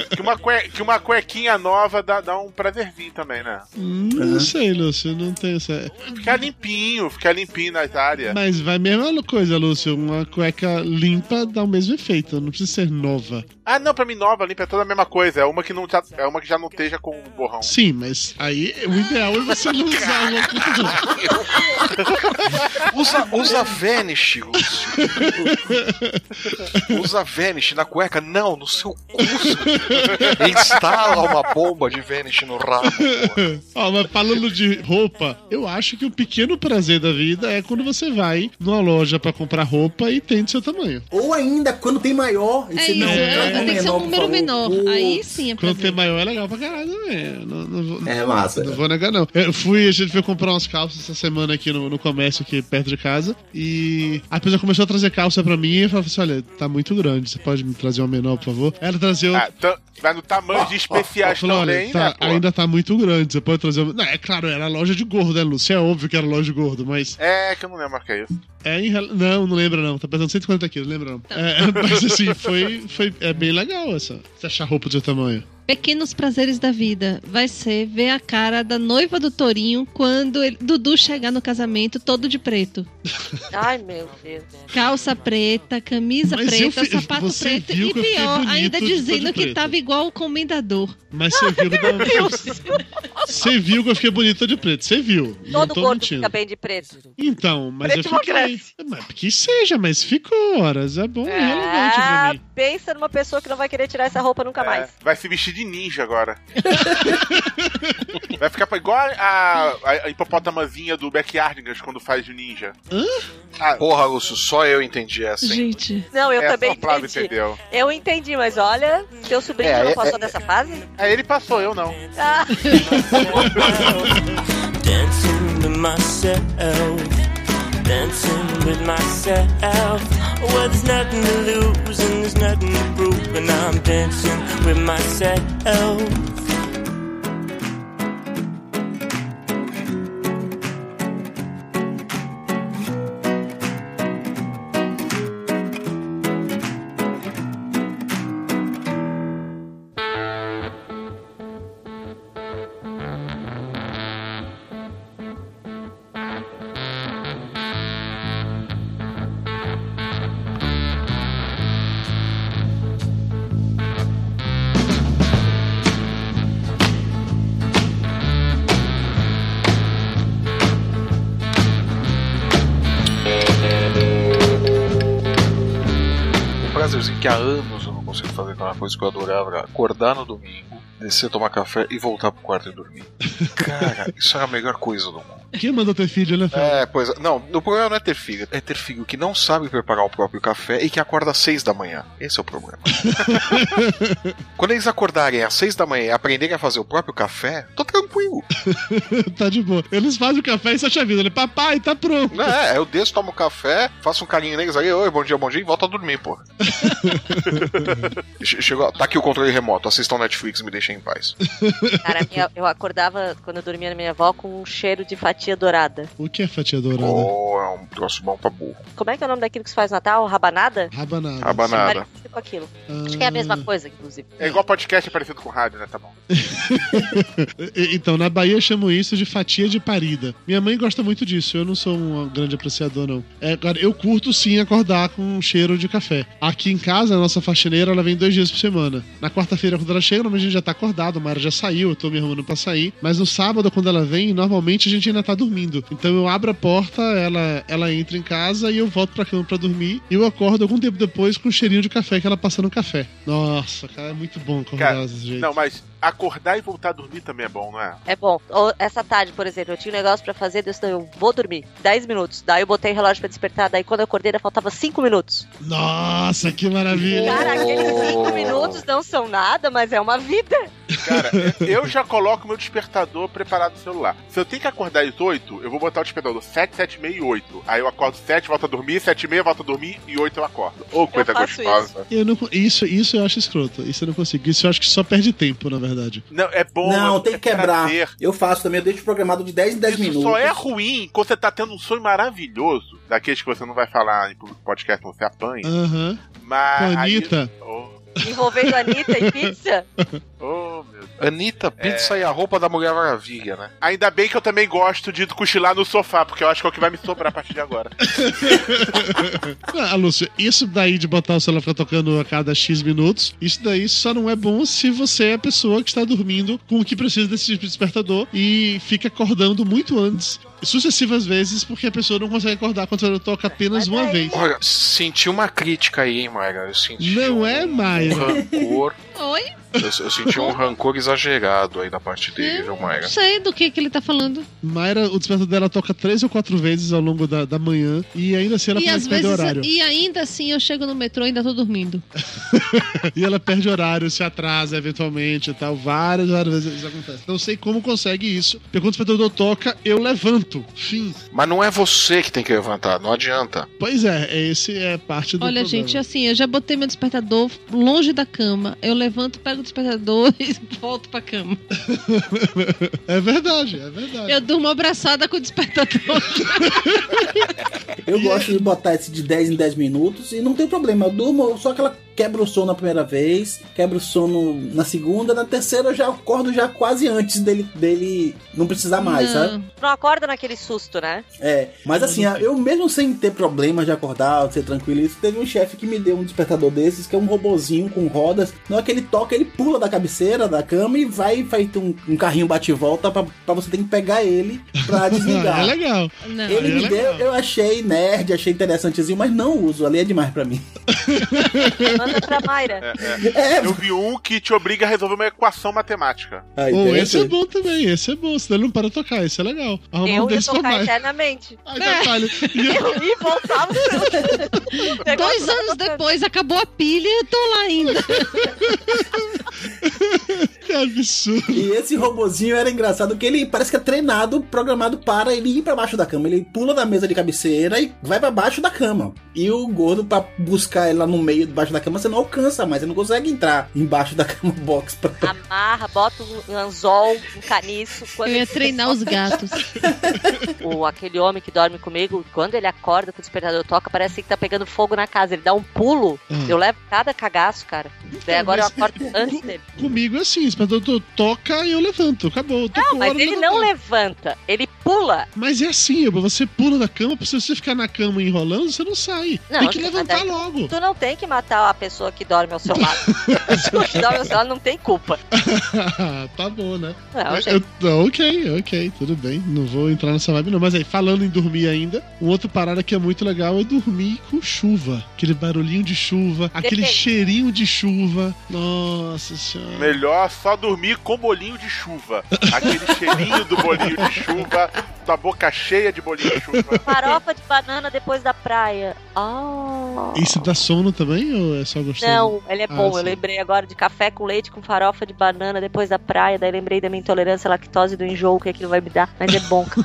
[SPEAKER 5] Que uma, cue- que uma cuequinha nova dá, dá um prazerzinho também, né?
[SPEAKER 2] Hum, Não sei, Lúcio, não tem essa.
[SPEAKER 5] Ficar limpinho, ficar limpinho nas áreas.
[SPEAKER 2] Mas vai a mesma coisa, Lúcio. Uma cueca limpa dá o mesmo efeito, não precisa ser nova.
[SPEAKER 5] Ah, não, pra mim nova, limpa é toda a mesma coisa. É uma que, não já, é uma que já não esteja com o borrão.
[SPEAKER 2] Sim, mas aí o ideal é você não usar uma
[SPEAKER 1] Usa, usa Vanish, Lúcio. Usa Vanish na cueca? Não, no seu curso. Instala uma bomba de Vanish no rabo.
[SPEAKER 2] Ó, mas falando de roupa, eu acho que o pequeno prazer da vida é quando você vai numa loja pra comprar roupa e tem do seu tamanho.
[SPEAKER 7] Ou ainda quando tem maior.
[SPEAKER 3] É isso, é, tem que ser um número menor.
[SPEAKER 7] Uh,
[SPEAKER 3] Aí sim é
[SPEAKER 2] Quando
[SPEAKER 3] prazer.
[SPEAKER 2] tem maior é legal pra caralho também. Não, não vou,
[SPEAKER 7] É massa.
[SPEAKER 2] Não vou negar, não. Eu fui, a gente foi comprar umas calças essa semana aqui no, no comércio, aqui perto de casa. E a pessoa começou a trazer calça pra mim e eu falei assim: olha, tá muito grande, você pode me trazer uma menor, por favor? Ela trazia.
[SPEAKER 5] Ah, tam- mas no tamanho de especiais
[SPEAKER 2] Falou, olha,
[SPEAKER 5] também,
[SPEAKER 2] tá-
[SPEAKER 5] né, pô?
[SPEAKER 2] ainda tá muito grande, você pode trazer. uma- Não, é claro, era loja de gordo, né, Lúcio? É óbvio que era loja de gordo, mas.
[SPEAKER 5] É, que eu não lembro o que é isso.
[SPEAKER 2] É em rela- Não, não lembra não. Tá pesando 140 quilos, lembra não. É, *laughs* é, mas assim, foi, foi. É bem legal essa. Você achar roupa do seu tamanho.
[SPEAKER 3] Pequenos prazeres da vida. Vai ser ver a cara da noiva do Torinho quando ele- Dudu chegar no casamento todo de preto.
[SPEAKER 4] Ai, meu Deus. *laughs*
[SPEAKER 3] Calça preta, camisa
[SPEAKER 4] Mas eu
[SPEAKER 3] preta,
[SPEAKER 4] fi-
[SPEAKER 3] sapato
[SPEAKER 4] você
[SPEAKER 3] preto
[SPEAKER 4] viu
[SPEAKER 3] e
[SPEAKER 4] que eu fiquei
[SPEAKER 3] pior,
[SPEAKER 2] bonito
[SPEAKER 3] ainda
[SPEAKER 2] de todo
[SPEAKER 3] dizendo que
[SPEAKER 2] preto.
[SPEAKER 3] tava igual o comendador.
[SPEAKER 2] Mas você viu que dá uma- Você viu que eu fiquei bonita de preto. Você viu. não
[SPEAKER 4] Todo
[SPEAKER 2] tô
[SPEAKER 4] gordo
[SPEAKER 2] mentindo.
[SPEAKER 4] fica bem de preto.
[SPEAKER 2] Então, mas
[SPEAKER 4] Preto
[SPEAKER 2] eu
[SPEAKER 4] não
[SPEAKER 2] fiquei. Ah,
[SPEAKER 4] cresce.
[SPEAKER 2] Mas que seja, mas ficou horas. É bom e relevante pra
[SPEAKER 4] Ah,
[SPEAKER 2] mim.
[SPEAKER 4] pensa numa pessoa que não vai querer tirar essa roupa nunca
[SPEAKER 5] É,
[SPEAKER 4] mais.
[SPEAKER 5] vai se vestir de ninja agora. *laughs* vai ficar pra- igual a, a, a hipopotamazinha do Backyardigans quando faz de ninja. Ah,
[SPEAKER 1] Porra, Lúcio, só eu entendi essa, hein?
[SPEAKER 3] Gente.
[SPEAKER 4] Não, eu
[SPEAKER 1] É,
[SPEAKER 4] também
[SPEAKER 1] só Flávio
[SPEAKER 4] entendi.
[SPEAKER 1] entendeu.
[SPEAKER 4] Eu entendi, mas olha, seu sobrinho
[SPEAKER 1] É,
[SPEAKER 4] já não
[SPEAKER 1] é-
[SPEAKER 4] passou
[SPEAKER 1] é-
[SPEAKER 4] dessa
[SPEAKER 1] *laughs*
[SPEAKER 4] fase?
[SPEAKER 5] É, ele passou, eu não.
[SPEAKER 4] Ah.
[SPEAKER 9] Dancing with myself, dancing with myself. Well, there's nothing to lose and there's nothing to prove, and I'm dancing with myself.
[SPEAKER 1] Um prazerzinho que há anos eu não consigo fazer, que era uma coisa que eu adorava, era acordar no domingo, descer, tomar café e voltar pro quarto e *laughs* dormir. Cara, isso era a melhor coisa do mundo.
[SPEAKER 2] Quem mandou ter filho, né? *laughs*
[SPEAKER 1] É, pois é. Não, o problema não é ter filho. É ter filho que não sabe preparar o próprio café e que acorda às seis da manhã. Esse é o problema. *laughs* Quando eles acordarem às seis da manhã e aprenderem a fazer o próprio café, tô tranquilo.
[SPEAKER 2] tá de boa. Eles fazem o café e você acha vida. Ele, papai, tá pronto.
[SPEAKER 1] É, eu desço, tomo café, faço um carinho neles aí, oi, bom dia, bom dia, e volto a dormir, pô. Che- Chegou, tá aqui o controle remoto, assistam Netflix e me deixem em paz.
[SPEAKER 4] Cara, a minha- eu acordava quando eu dormia na minha avó com um cheiro de fatia dourada.
[SPEAKER 2] O que é fatia dourada?
[SPEAKER 1] Oh, é um troço bom pra burro.
[SPEAKER 4] Como é que é o nome daquilo que se faz no Natal? Rabanada?
[SPEAKER 2] Rabanada.
[SPEAKER 1] Rabanada.
[SPEAKER 4] Parecido com tipo aquilo. Acho que é a
[SPEAKER 2] Hum.
[SPEAKER 4] mesma coisa, inclusive.
[SPEAKER 5] É igual podcast é parecido com rádio, né? Tá bom.
[SPEAKER 2] E- Então, na Bahia chamam isso de fatia de parida. Minha mãe gosta muito disso, eu não sou um grande apreciador, não. É, cara, eu curto sim acordar com um cheiro de café. Aqui em casa, a nossa faxineira, ela vem dois dias por semana. Na quarta-feira, quando ela chega, normalmente a gente já tá acordado, a Mara já saiu, eu tô me arrumando pra sair. Mas no sábado, quando ela vem, normalmente a gente ainda tá dormindo. Então eu abro a porta, ela, ela entra em casa e eu volto pra cama pra dormir. E eu acordo algum tempo depois com o cheirinho de café que ela passa no café. Nossa, cara, é muito bom acordar
[SPEAKER 5] Cara,
[SPEAKER 2] desse jeito.
[SPEAKER 5] não, mas acordar e voltar a dormir também é bom, não é?
[SPEAKER 4] É bom. Ou Essa tarde, por exemplo, eu tinha um negócio pra fazer, desse daí eu vou dormir. 10 minutos. Daí eu botei o relógio pra despertar, daí quando eu acordei, ainda faltava 5 minutos.
[SPEAKER 2] Nossa, que maravilha!
[SPEAKER 4] Cara, aqueles 5 minutos não são nada, mas é uma vida.
[SPEAKER 5] Cara, eu já coloco meu despertador preparado no celular. Se eu tenho que acordar às 8, eu vou botar o despertador 7, 7 e meia e 8. Aí eu acordo 7, volto a dormir, 7 e meia, volto a dormir e 8 eu acordo. Ô, coisa
[SPEAKER 2] faço
[SPEAKER 5] gostosa.
[SPEAKER 2] Eu não, co- isso, isso eu acho escroto. Isso eu não consigo. Isso eu acho que só perde tempo, na verdade.
[SPEAKER 5] Não, é bom.
[SPEAKER 7] Não,
[SPEAKER 5] é-
[SPEAKER 7] tem
[SPEAKER 5] é
[SPEAKER 7] que quebrar.
[SPEAKER 5] prazer.
[SPEAKER 7] Eu faço também, eu deixo programado de 10 em 10
[SPEAKER 5] Isso
[SPEAKER 7] minutos.
[SPEAKER 5] só é ruim quando você tá tendo um sonho maravilhoso, daqueles que você não vai falar em público podcast, você apanha.
[SPEAKER 2] Aham.
[SPEAKER 5] Mas.
[SPEAKER 3] Ah,
[SPEAKER 2] Com a Anitta.
[SPEAKER 5] aí- Oh,
[SPEAKER 4] Envolvendo Anitta e pizza?
[SPEAKER 5] oh, meu Deus.
[SPEAKER 1] Anitta, pizza e a roupa da Mulher Maravilha, né?
[SPEAKER 5] Ainda bem que eu também gosto de cochilar no sofá, porque eu acho que é o que vai me sobrar a partir de agora.
[SPEAKER 2] Ah, Lúcio, isso daí de botar o celular pra ficar tocando a cada X minutos, isso daí só não é bom se você é a pessoa que está dormindo com o que precisa desse despertador e fica acordando muito antes, sucessivas vezes, porque a pessoa não consegue acordar quando ela toca apenas uma vez.
[SPEAKER 1] Olha, senti uma crítica aí, hein, Mayra? Eu senti
[SPEAKER 2] Não é,
[SPEAKER 1] um
[SPEAKER 2] Maia?
[SPEAKER 1] rancor.
[SPEAKER 3] Oi?
[SPEAKER 1] Eu, eu senti um rancor exagerado aí da parte dele, viu,
[SPEAKER 3] Não
[SPEAKER 1] Mayra?
[SPEAKER 3] sei do que, que ele tá falando.
[SPEAKER 2] Mayra, o despertador dela toca três ou quatro vezes ao longo da, da manhã e ainda assim ela
[SPEAKER 3] e às
[SPEAKER 2] perde perde
[SPEAKER 3] vezes,
[SPEAKER 2] horário.
[SPEAKER 3] e ainda assim eu chego no metrô e ainda tô dormindo.
[SPEAKER 2] E ela perde horário, se atrasa eventualmente e tal. Várias, várias vezes isso acontece. Não sei como consegue isso, porque quando o despertador toca, eu levanto. Fim.
[SPEAKER 1] Mas não é você que tem que levantar, não adianta.
[SPEAKER 2] Pois é, esse é parte do
[SPEAKER 3] Olha,
[SPEAKER 2] problema.
[SPEAKER 3] gente, assim, eu já botei meu despertador longe da cama. Eu levanto, pego o despertador *laughs* e volto pra cama.
[SPEAKER 2] É verdade, é verdade.
[SPEAKER 3] Eu durmo abraçada com o
[SPEAKER 7] *laughs*
[SPEAKER 3] despertador.
[SPEAKER 7] Eu gosto de botar esse de 10 em 10 minutos e não tem problema. Eu durmo, só que ela quebra o sono na primeira vez, quebra o sono na segunda, na terceira eu já acordo já quase antes dele, dele não precisar mais, sabe?
[SPEAKER 4] Não acorda naquele susto, né?
[SPEAKER 7] É, mas assim, eu mesmo sem ter problema de acordar, de ser tranquilo, isso, teve um chefe que me deu um despertador desses, que é um robozinho com rodas. Na hora que ele toca, ele pula da cabeceira da cama e vai feito um, um carrinho bate-volta pra, pra você ter que pegar ele
[SPEAKER 2] *laughs*
[SPEAKER 7] pra desligar.
[SPEAKER 2] É legal. é
[SPEAKER 3] Não.
[SPEAKER 7] Ele me
[SPEAKER 2] né?
[SPEAKER 7] deu, eu achei nerd, achei interessantezinho, mas não uso, ali é demais pra mim. *laughs*
[SPEAKER 4] Manda pra Mayra.
[SPEAKER 7] É.
[SPEAKER 5] Eu vi um que te obriga a resolver uma equação matemática.
[SPEAKER 2] Ou esse é bom também, esse é bom. Senão ele não para de tocar, esse é legal. Arrumar
[SPEAKER 4] Eu
[SPEAKER 2] um
[SPEAKER 4] ia
[SPEAKER 2] deles pra
[SPEAKER 4] tocar
[SPEAKER 2] mais.
[SPEAKER 4] eternamente.
[SPEAKER 2] Ai, detalhe. E eu-
[SPEAKER 4] Eu ia voltar o seu-
[SPEAKER 3] Dois anos depois, acabou a pilha e eu tô lá ainda.
[SPEAKER 2] Que é absurdo.
[SPEAKER 7] E esse robozinho era engraçado que ele parece que é treinado, programado para ele ir pra baixo da cama. Ele pula da mesa de cabeceira e vai pra baixo da cama. E o gordo, pra buscar ele lá no meio, debaixo da cama, você não alcança mais, você não consegue entrar embaixo da *laughs* cama box pra
[SPEAKER 4] Amarra, bota um anzol, um caniço. Quando
[SPEAKER 3] Eu ia
[SPEAKER 4] ele-
[SPEAKER 3] treinar os gatos.
[SPEAKER 7] *laughs*
[SPEAKER 4] O, aquele homem que dorme comigo, quando ele acorda com o despertador toca, parece que tá pegando fogo na casa. Ele dá um pulo,
[SPEAKER 2] Hum.
[SPEAKER 4] eu levo cada cagaço, cara. Daí É, agora eu
[SPEAKER 2] mas-
[SPEAKER 4] acordo
[SPEAKER 3] *laughs*
[SPEAKER 4] antes dele.
[SPEAKER 2] Comigo é assim, o despertador toca e eu levanto, acabou.
[SPEAKER 4] Não, mas ele não levanta, ele pula.
[SPEAKER 2] Mas é assim, Eba, você pula da cama, se você ficar na cama enrolando, você não sai.
[SPEAKER 4] Não,
[SPEAKER 2] Tem que
[SPEAKER 4] mas
[SPEAKER 2] levantar
[SPEAKER 4] daí-
[SPEAKER 2] logo. *laughs*
[SPEAKER 4] Tu não tem que matar a pessoa que dorme ao seu
[SPEAKER 5] *laughs*
[SPEAKER 4] lado. a pessoa que dorme ao seu lado não tem culpa.
[SPEAKER 2] tá bom, né?
[SPEAKER 4] Não,
[SPEAKER 2] É,
[SPEAKER 4] gente.
[SPEAKER 2] eu- não, ok, ok, tudo bem. Não vou entrar nessa vibe, não. Mas aí, falando em dormir ainda, um outro parada que é muito legal é dormir com chuva. Aquele barulhinho de chuva, aquele
[SPEAKER 4] Depende.
[SPEAKER 2] cheirinho de chuva. Nossa senhora.
[SPEAKER 5] Melhor só dormir com bolinho de chuva. Aquele cheirinho do bolinho de chuva, tua boca cheia de bolinho de chuva.
[SPEAKER 4] Farofa de banana depois da praia. Ah.
[SPEAKER 5] é
[SPEAKER 2] Isso dá sono também ou é só gostoso?
[SPEAKER 4] Não, ele é
[SPEAKER 2] Ah,
[SPEAKER 4] bom. eu
[SPEAKER 2] sim.
[SPEAKER 4] lembrei agora de café com leite com farofa de banana depois da praia. Daí lembrei da minha intolerância à lactose e do enjoo que aquilo vai me dar. Mas é
[SPEAKER 5] *laughs*
[SPEAKER 4] bom. cara.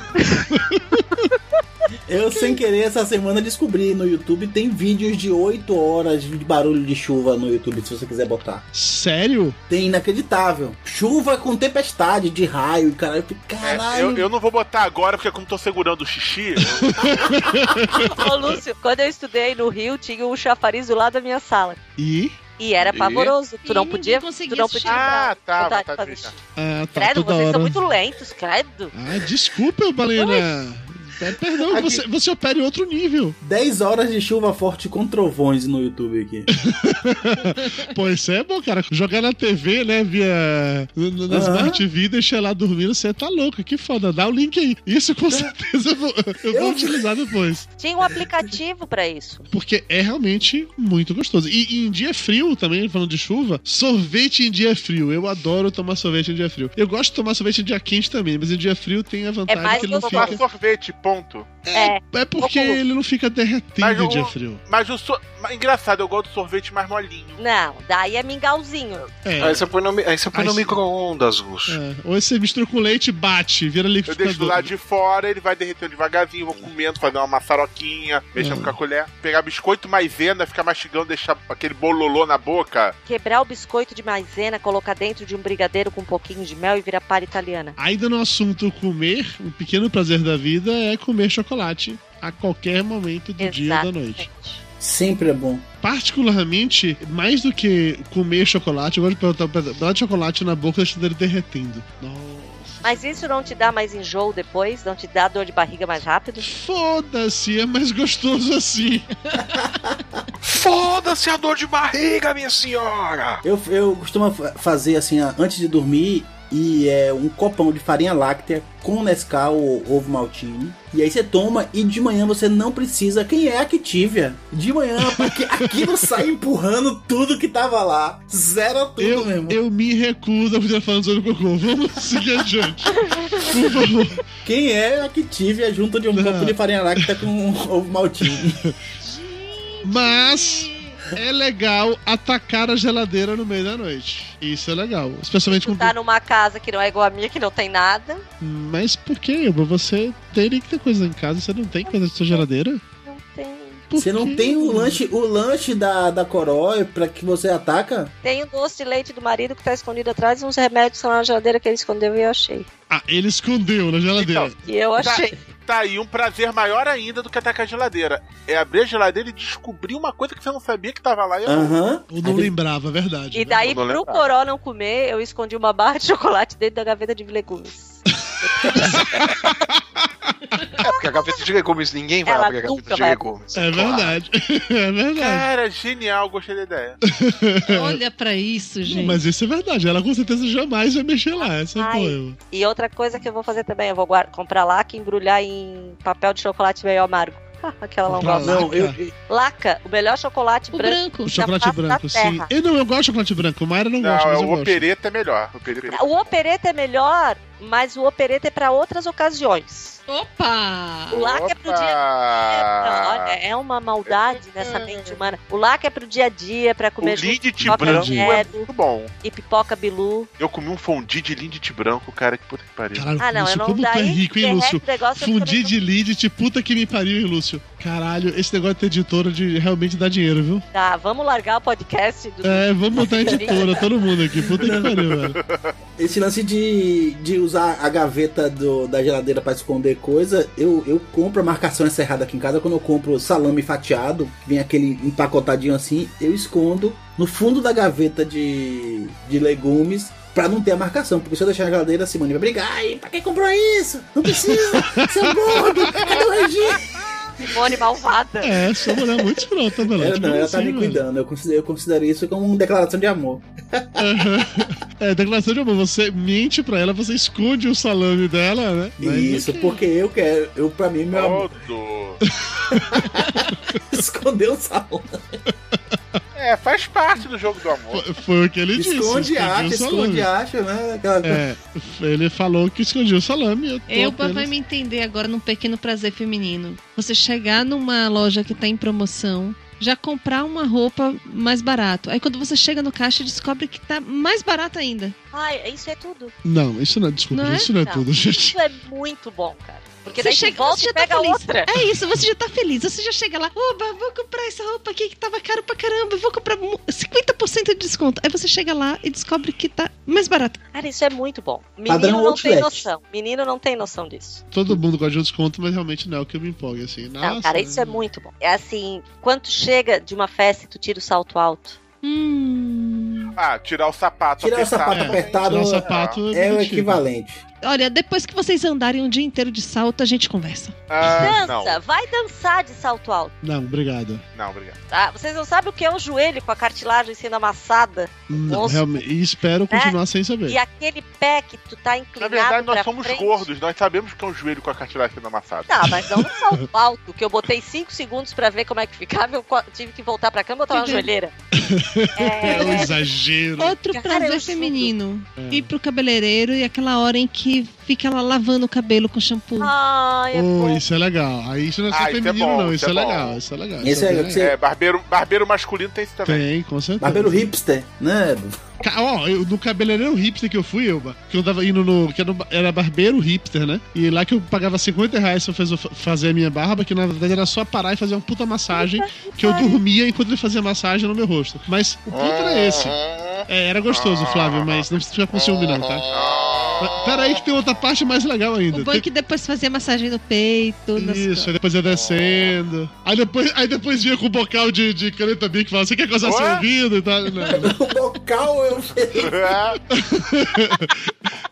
[SPEAKER 7] Eu, sem querer, essa semana descobri no YouTube, tem vídeos de 8 horas de barulho de chuva no YouTube, se você quiser botar.
[SPEAKER 2] Sério?
[SPEAKER 7] Tem inacreditável. Chuva com tempestade de raio, caralho. Eu fico,
[SPEAKER 5] É,
[SPEAKER 7] Caralho.
[SPEAKER 5] eu, eu não vou botar agora, porque como tô segurando o xixi, eu-
[SPEAKER 4] Ô, Lúcio, quando eu estudei no Rio, tinha um chafariz do lado da minha sala.
[SPEAKER 2] E?
[SPEAKER 4] E era
[SPEAKER 5] E?
[SPEAKER 4] pavoroso. Tu não
[SPEAKER 3] E
[SPEAKER 4] podia.
[SPEAKER 3] ninguém
[SPEAKER 4] Tu não
[SPEAKER 3] conseguia
[SPEAKER 4] podia.
[SPEAKER 5] Ah, tá,
[SPEAKER 4] vontade de
[SPEAKER 5] vontade
[SPEAKER 4] fazer
[SPEAKER 5] de
[SPEAKER 4] xixi.
[SPEAKER 2] Ah, tá
[SPEAKER 4] Credo,
[SPEAKER 2] toda
[SPEAKER 4] vocês
[SPEAKER 2] hora.
[SPEAKER 4] são muito lentos, credo.
[SPEAKER 2] Ah, desculpa, Balena. É, Perdão, você, você opera em outro nível.
[SPEAKER 7] 10 horas de chuva forte com trovões no
[SPEAKER 5] *coughs*
[SPEAKER 7] YouTube aqui.
[SPEAKER 2] Pô, isso é bom, cara. Jogar na TV, né, via... n- n- Na
[SPEAKER 7] Aham.
[SPEAKER 2] Smart TV, deixar lá dormindo, você tá louco. Que foda. Dá o link aí. Isso com certeza eu vou, eu vou
[SPEAKER 7] É. Eu-
[SPEAKER 2] utilizar depois.
[SPEAKER 4] Tinha um aplicativo pra isso.
[SPEAKER 2] Porque é realmente muito gostoso. E, e em dia frio também, falando de chuva, sorvete em dia frio. Eu adoro tomar sorvete em dia frio. Eu gosto de tomar sorvete em dia quente também, mas em dia frio tem a vantagem que
[SPEAKER 4] mais que
[SPEAKER 7] um
[SPEAKER 2] não
[SPEAKER 4] eu
[SPEAKER 5] tomar
[SPEAKER 2] fica...
[SPEAKER 5] sorvete, ponto?
[SPEAKER 4] É.
[SPEAKER 2] É porque ele não fica derretendo
[SPEAKER 5] o-
[SPEAKER 7] um
[SPEAKER 2] dia frio.
[SPEAKER 5] Mas o so... mas Engraçado, eu gosto do sorvete mais molinho.
[SPEAKER 4] Não, daí é mingauzinho.
[SPEAKER 1] É. Aí você põe no, mi- aí você põe
[SPEAKER 2] Aí
[SPEAKER 1] no
[SPEAKER 2] se-
[SPEAKER 1] micro-ondas, Russo.
[SPEAKER 2] É. Ou você mistura com leite e bate, vira
[SPEAKER 5] Eu deixo do
[SPEAKER 2] liquidificador.
[SPEAKER 5] lado de fora, ele vai derretendo devagarzinho, vou comendo, fazer uma maçaroquinha, mexendo
[SPEAKER 2] Hum.
[SPEAKER 5] com a colher. Pegar biscoito maisena, ficar mastigando, deixar aquele bololô na boca.
[SPEAKER 4] Quebrar o biscoito de maisena, colocar dentro de um brigadeiro com um pouquinho de mel e virar palha italiana.
[SPEAKER 2] Ainda no assunto comer, um pequeno prazer da vida é comer chocolate a qualquer momento do dia ou da noite.
[SPEAKER 7] Sempre é bom.
[SPEAKER 2] Particularmente, mais do que comer chocolate, eu gosto de botar um pedaço de chocolate na boca e deixar ele derretendo.
[SPEAKER 4] Mas isso não te dá mais enjoo depois? Não te dá dor de barriga mais rápido?
[SPEAKER 2] Foda-se, é mais gostoso assim.
[SPEAKER 1] Foda-se a dor de barriga, minha senhora!
[SPEAKER 7] Eu, eu costumo fa- fazer assim, ah, antes de dormir, e é um copão de farinha láctea com Nescau ou ovo maltine. E aí você toma e de manhã você não precisa. Quem é a Activia? De manhã,
[SPEAKER 2] *laughs*
[SPEAKER 7] porque aquilo sai empurrando tudo que tava lá. Zero É tudo
[SPEAKER 2] eu,
[SPEAKER 7] mesmo.
[SPEAKER 2] eu me recuso a poder falar sobre o cocô. Vamos seguir adiante. Por favor.
[SPEAKER 7] Quem é a Activia junto de um copo de farinha láctea
[SPEAKER 2] *laughs*
[SPEAKER 7] com um ovo maltine?
[SPEAKER 2] Mas é legal atacar a geladeira no meio da noite. Isso é legal. Especialmente com.
[SPEAKER 4] Tá numa casa que não é igual a minha, que não tem nada.
[SPEAKER 2] Mas por quê? Elba? Você tem que ter coisa em casa, você não tem coisa na sua geladeira?
[SPEAKER 7] Você não tem o lanche, o lanche da, da Corói pra que você ataca?
[SPEAKER 4] Tem o doce de leite do marido que tá escondido atrás e uns remédios que estão na geladeira que ele escondeu e eu achei.
[SPEAKER 2] Ah, ele escondeu na geladeira.
[SPEAKER 4] E eu
[SPEAKER 5] Tá-
[SPEAKER 4] achei.
[SPEAKER 5] Tá aí um prazer maior ainda do que atacar a geladeira. É abrir a geladeira e descobrir uma coisa que você não sabia que tava lá e
[SPEAKER 2] Ah.
[SPEAKER 7] Aham.
[SPEAKER 2] Ou não lembrava, é verdade.
[SPEAKER 4] Então, E daí, pro Coró não comer, eu escondi uma barra de *laughs* chocolate dentro da gaveta de legumes.
[SPEAKER 1] É, porque a gaveta de legumes, ninguém vai
[SPEAKER 4] Ela
[SPEAKER 1] abrir a gaveta
[SPEAKER 4] nunca
[SPEAKER 1] de
[SPEAKER 4] vai
[SPEAKER 1] legumes.
[SPEAKER 4] tipo,
[SPEAKER 2] É verdade. *laughs* É verdade.
[SPEAKER 5] Cara, genial, gostei da ideia.
[SPEAKER 3] Olha pra isso,
[SPEAKER 2] Não,
[SPEAKER 3] gente.
[SPEAKER 2] mas isso é verdade. Ela com certeza jamais vai mexer lá. Essa é o
[SPEAKER 4] Ai.
[SPEAKER 2] problema.
[SPEAKER 4] E outra coisa que eu vou fazer também, eu vou guar- comprar laca e embrulhar em papel de chocolate meio amargo. *laughs* Aquela não gosta.
[SPEAKER 2] Não, eu-
[SPEAKER 4] Laca, o melhor chocolate branco.
[SPEAKER 2] O
[SPEAKER 4] da
[SPEAKER 2] chocolate
[SPEAKER 4] face da
[SPEAKER 2] branco, sim.
[SPEAKER 4] terra.
[SPEAKER 2] Eu não, eu gosto de chocolate branco. O Mayra não,
[SPEAKER 5] Não,
[SPEAKER 2] gosta,
[SPEAKER 5] é
[SPEAKER 2] mas eu
[SPEAKER 5] o
[SPEAKER 2] gosto.
[SPEAKER 5] opereta é melhor. O opereta é melhor.
[SPEAKER 4] O opereta é melhor, mas o opereta é pra outras ocasiões.
[SPEAKER 3] Opa!
[SPEAKER 4] O laca é pro dia
[SPEAKER 5] Ah.
[SPEAKER 4] Olha, é uma maldade nessa mente humana. O lac é pro dia a dia, pra
[SPEAKER 5] O
[SPEAKER 4] comer
[SPEAKER 5] Lindt
[SPEAKER 4] pipoca
[SPEAKER 5] branco é
[SPEAKER 4] Nero
[SPEAKER 5] muito bom.
[SPEAKER 4] e pipoca bilu.
[SPEAKER 5] Eu comi um fondue de Lindt branco, cara, que puta que pariu.
[SPEAKER 2] Caralho,
[SPEAKER 4] Ah, não,
[SPEAKER 2] Lúcio,
[SPEAKER 4] eu não-
[SPEAKER 2] como tu é
[SPEAKER 4] daí
[SPEAKER 2] rico, hein,
[SPEAKER 4] derrete
[SPEAKER 2] Lúcio?
[SPEAKER 4] o negócio, eu fico
[SPEAKER 2] Fundir de Lidit, puta que me pariu, hein, Lúcio? Caralho, esse negócio de ter editora de realmente dá dinheiro, viu?
[SPEAKER 4] Tá, vamos largar o podcast do.
[SPEAKER 2] É, vamos montar a editora, todo mundo aqui. Puta que pariu, velho.
[SPEAKER 7] Esse lance de, de usar a gaveta do- da geladeira pra esconder coisa, eu, eu compro a marcação encerrada aqui em casa. Quando eu compro salame fatiado, que vem aquele empacotadinho assim, eu escondo no fundo da gaveta de, de legumes pra não ter a marcação. Porque se eu deixar na geladeira, a Simone vai brigar. Ai, pra que comprou isso? Não precisa, *laughs* seu gordo, cadê o regime?
[SPEAKER 4] Simone malvada.
[SPEAKER 2] É, sua mulher é muito escrota, velho.
[SPEAKER 7] Ela, não,
[SPEAKER 2] Como
[SPEAKER 7] ela tá
[SPEAKER 2] assim,
[SPEAKER 7] me
[SPEAKER 2] velho?
[SPEAKER 7] cuidando. Eu considero, eu considero isso como uma declaração de amor.
[SPEAKER 2] Aham. É, declaração de amor. Você mente pra ela, você esconde o salame dela, né? Mas
[SPEAKER 7] Isso,
[SPEAKER 2] ok.
[SPEAKER 7] porque eu quero. Eu, pra mim,
[SPEAKER 2] Tá
[SPEAKER 7] meu amor,
[SPEAKER 5] Todo.
[SPEAKER 7] *laughs* esconder o salão.
[SPEAKER 5] É, faz parte do jogo do amor.
[SPEAKER 2] Foi o que ele disse.
[SPEAKER 7] Esconde
[SPEAKER 2] escondiu
[SPEAKER 7] acha,
[SPEAKER 2] o salame.
[SPEAKER 7] esconde acha, né? Aquela coisa.
[SPEAKER 2] É, ele falou que escondia o salame. Eu tô
[SPEAKER 3] Elba
[SPEAKER 2] apenas-
[SPEAKER 3] vai me entender agora num pequeno prazer feminino. Você chegar numa loja que tá em promoção, já comprar uma roupa mais barato. Aí quando você chega no caixa, descobre que tá mais barato ainda.
[SPEAKER 4] Ai, isso é tudo.
[SPEAKER 2] Não, isso não é desculpa,
[SPEAKER 3] Não é?
[SPEAKER 2] isso não é
[SPEAKER 4] Não.
[SPEAKER 2] tudo, *laughs* gente.
[SPEAKER 4] Isso é muito bom, cara. Porque
[SPEAKER 3] você
[SPEAKER 4] daí chega,
[SPEAKER 3] chega,
[SPEAKER 4] volta
[SPEAKER 3] você já
[SPEAKER 4] e pega
[SPEAKER 3] tá feliz.
[SPEAKER 4] outra.
[SPEAKER 3] É isso, você já tá feliz. Você já chega lá, oba, vou comprar essa roupa aqui que tava caro pra caramba, vou comprar mu- 50% de desconto. Aí você chega lá e descobre que tá mais barato.
[SPEAKER 4] Cara, isso é muito bom. Menino
[SPEAKER 2] Padrão
[SPEAKER 4] não
[SPEAKER 2] outlet.
[SPEAKER 4] tem noção. Menino não tem noção disso.
[SPEAKER 2] Todo mundo gosta de desconto, mas realmente não é o que eu me empolgo, assim. Nossa,
[SPEAKER 4] não, cara, isso é muito bom. É assim, quando tu chega de uma festa e tu tira o salto alto.
[SPEAKER 3] Hum.
[SPEAKER 5] Ah, tirar o sapato
[SPEAKER 7] Tirar o sapato apertado
[SPEAKER 5] É.
[SPEAKER 7] é o equivalente.
[SPEAKER 3] Olha, depois que vocês andarem um dia inteiro de salto, a gente conversa.
[SPEAKER 5] Ah, não.
[SPEAKER 4] Dança, vai dançar de salto alto.
[SPEAKER 2] Não, obrigado.
[SPEAKER 5] Não, obrigado.
[SPEAKER 4] Tá? Vocês não sabem o que é um joelho com a cartilagem sendo amassada.
[SPEAKER 2] Não,
[SPEAKER 4] Nossa.
[SPEAKER 2] realmente. E espero
[SPEAKER 4] Né?
[SPEAKER 2] continuar sem saber.
[SPEAKER 4] E aquele pé que tu tá
[SPEAKER 5] Na
[SPEAKER 4] inclinado
[SPEAKER 5] verdade, nós
[SPEAKER 4] pra
[SPEAKER 5] somos
[SPEAKER 4] frente.
[SPEAKER 5] gordos, nós sabemos que é um joelho com a cartilagem sendo amassada.
[SPEAKER 4] Tá, mas não no salto *laughs* alto, que eu botei 5 segundos pra ver como é que ficava, eu co- tive que voltar pra cama e botar
[SPEAKER 2] *laughs*
[SPEAKER 4] uma joelheira.
[SPEAKER 2] É um exagero.
[SPEAKER 3] Outro
[SPEAKER 4] Cara, eu
[SPEAKER 3] prazer
[SPEAKER 4] *laughs* juro.
[SPEAKER 3] feminino.
[SPEAKER 2] É.
[SPEAKER 3] Ir pro cabeleireiro e aquela hora em que que fica lá lavando o cabelo com shampoo.
[SPEAKER 4] Ah, Ai,
[SPEAKER 2] é Pô, isso é legal. Aí isso não é só
[SPEAKER 5] Hum. Ah, isso é
[SPEAKER 2] feminino,
[SPEAKER 5] bom,
[SPEAKER 2] não.
[SPEAKER 5] isso
[SPEAKER 2] Isso
[SPEAKER 5] é
[SPEAKER 2] é,
[SPEAKER 5] bom.
[SPEAKER 2] legal, isso é legal.
[SPEAKER 7] Esse é
[SPEAKER 2] bem
[SPEAKER 7] o que você-
[SPEAKER 5] É, barbeiro, barbeiro masculino tem isso também.
[SPEAKER 2] Tem, com certeza.
[SPEAKER 7] Barbeiro hipster, né?
[SPEAKER 2] Ca- Ó, eu- no cabeleireiro hipster que eu fui, eu, que eu tava indo no. que era, um- era barbeiro hipster, né? E lá que eu pagava 50 reais se eu fez- fazer a minha barba, que na verdade era só parar e fazer uma puta massagem, que eu dormia enquanto ele fazia massagem no meu rosto. Mas o ponto era esse. É, era gostoso, Flávio, mas não precisa ficar com ciúme, não, tá? Mas Pera aí que tem outra parte mais legal ainda.
[SPEAKER 3] O bom é que depois fazia massagem no peito. nas
[SPEAKER 2] Isso, aí depois ia descendo. Aí depois, aí depois vinha com o bocal de, de caneta bic e falava: Você quer coisar seu
[SPEAKER 3] Ué?
[SPEAKER 2] ouvido e tal? Não, não.
[SPEAKER 7] Bocal eu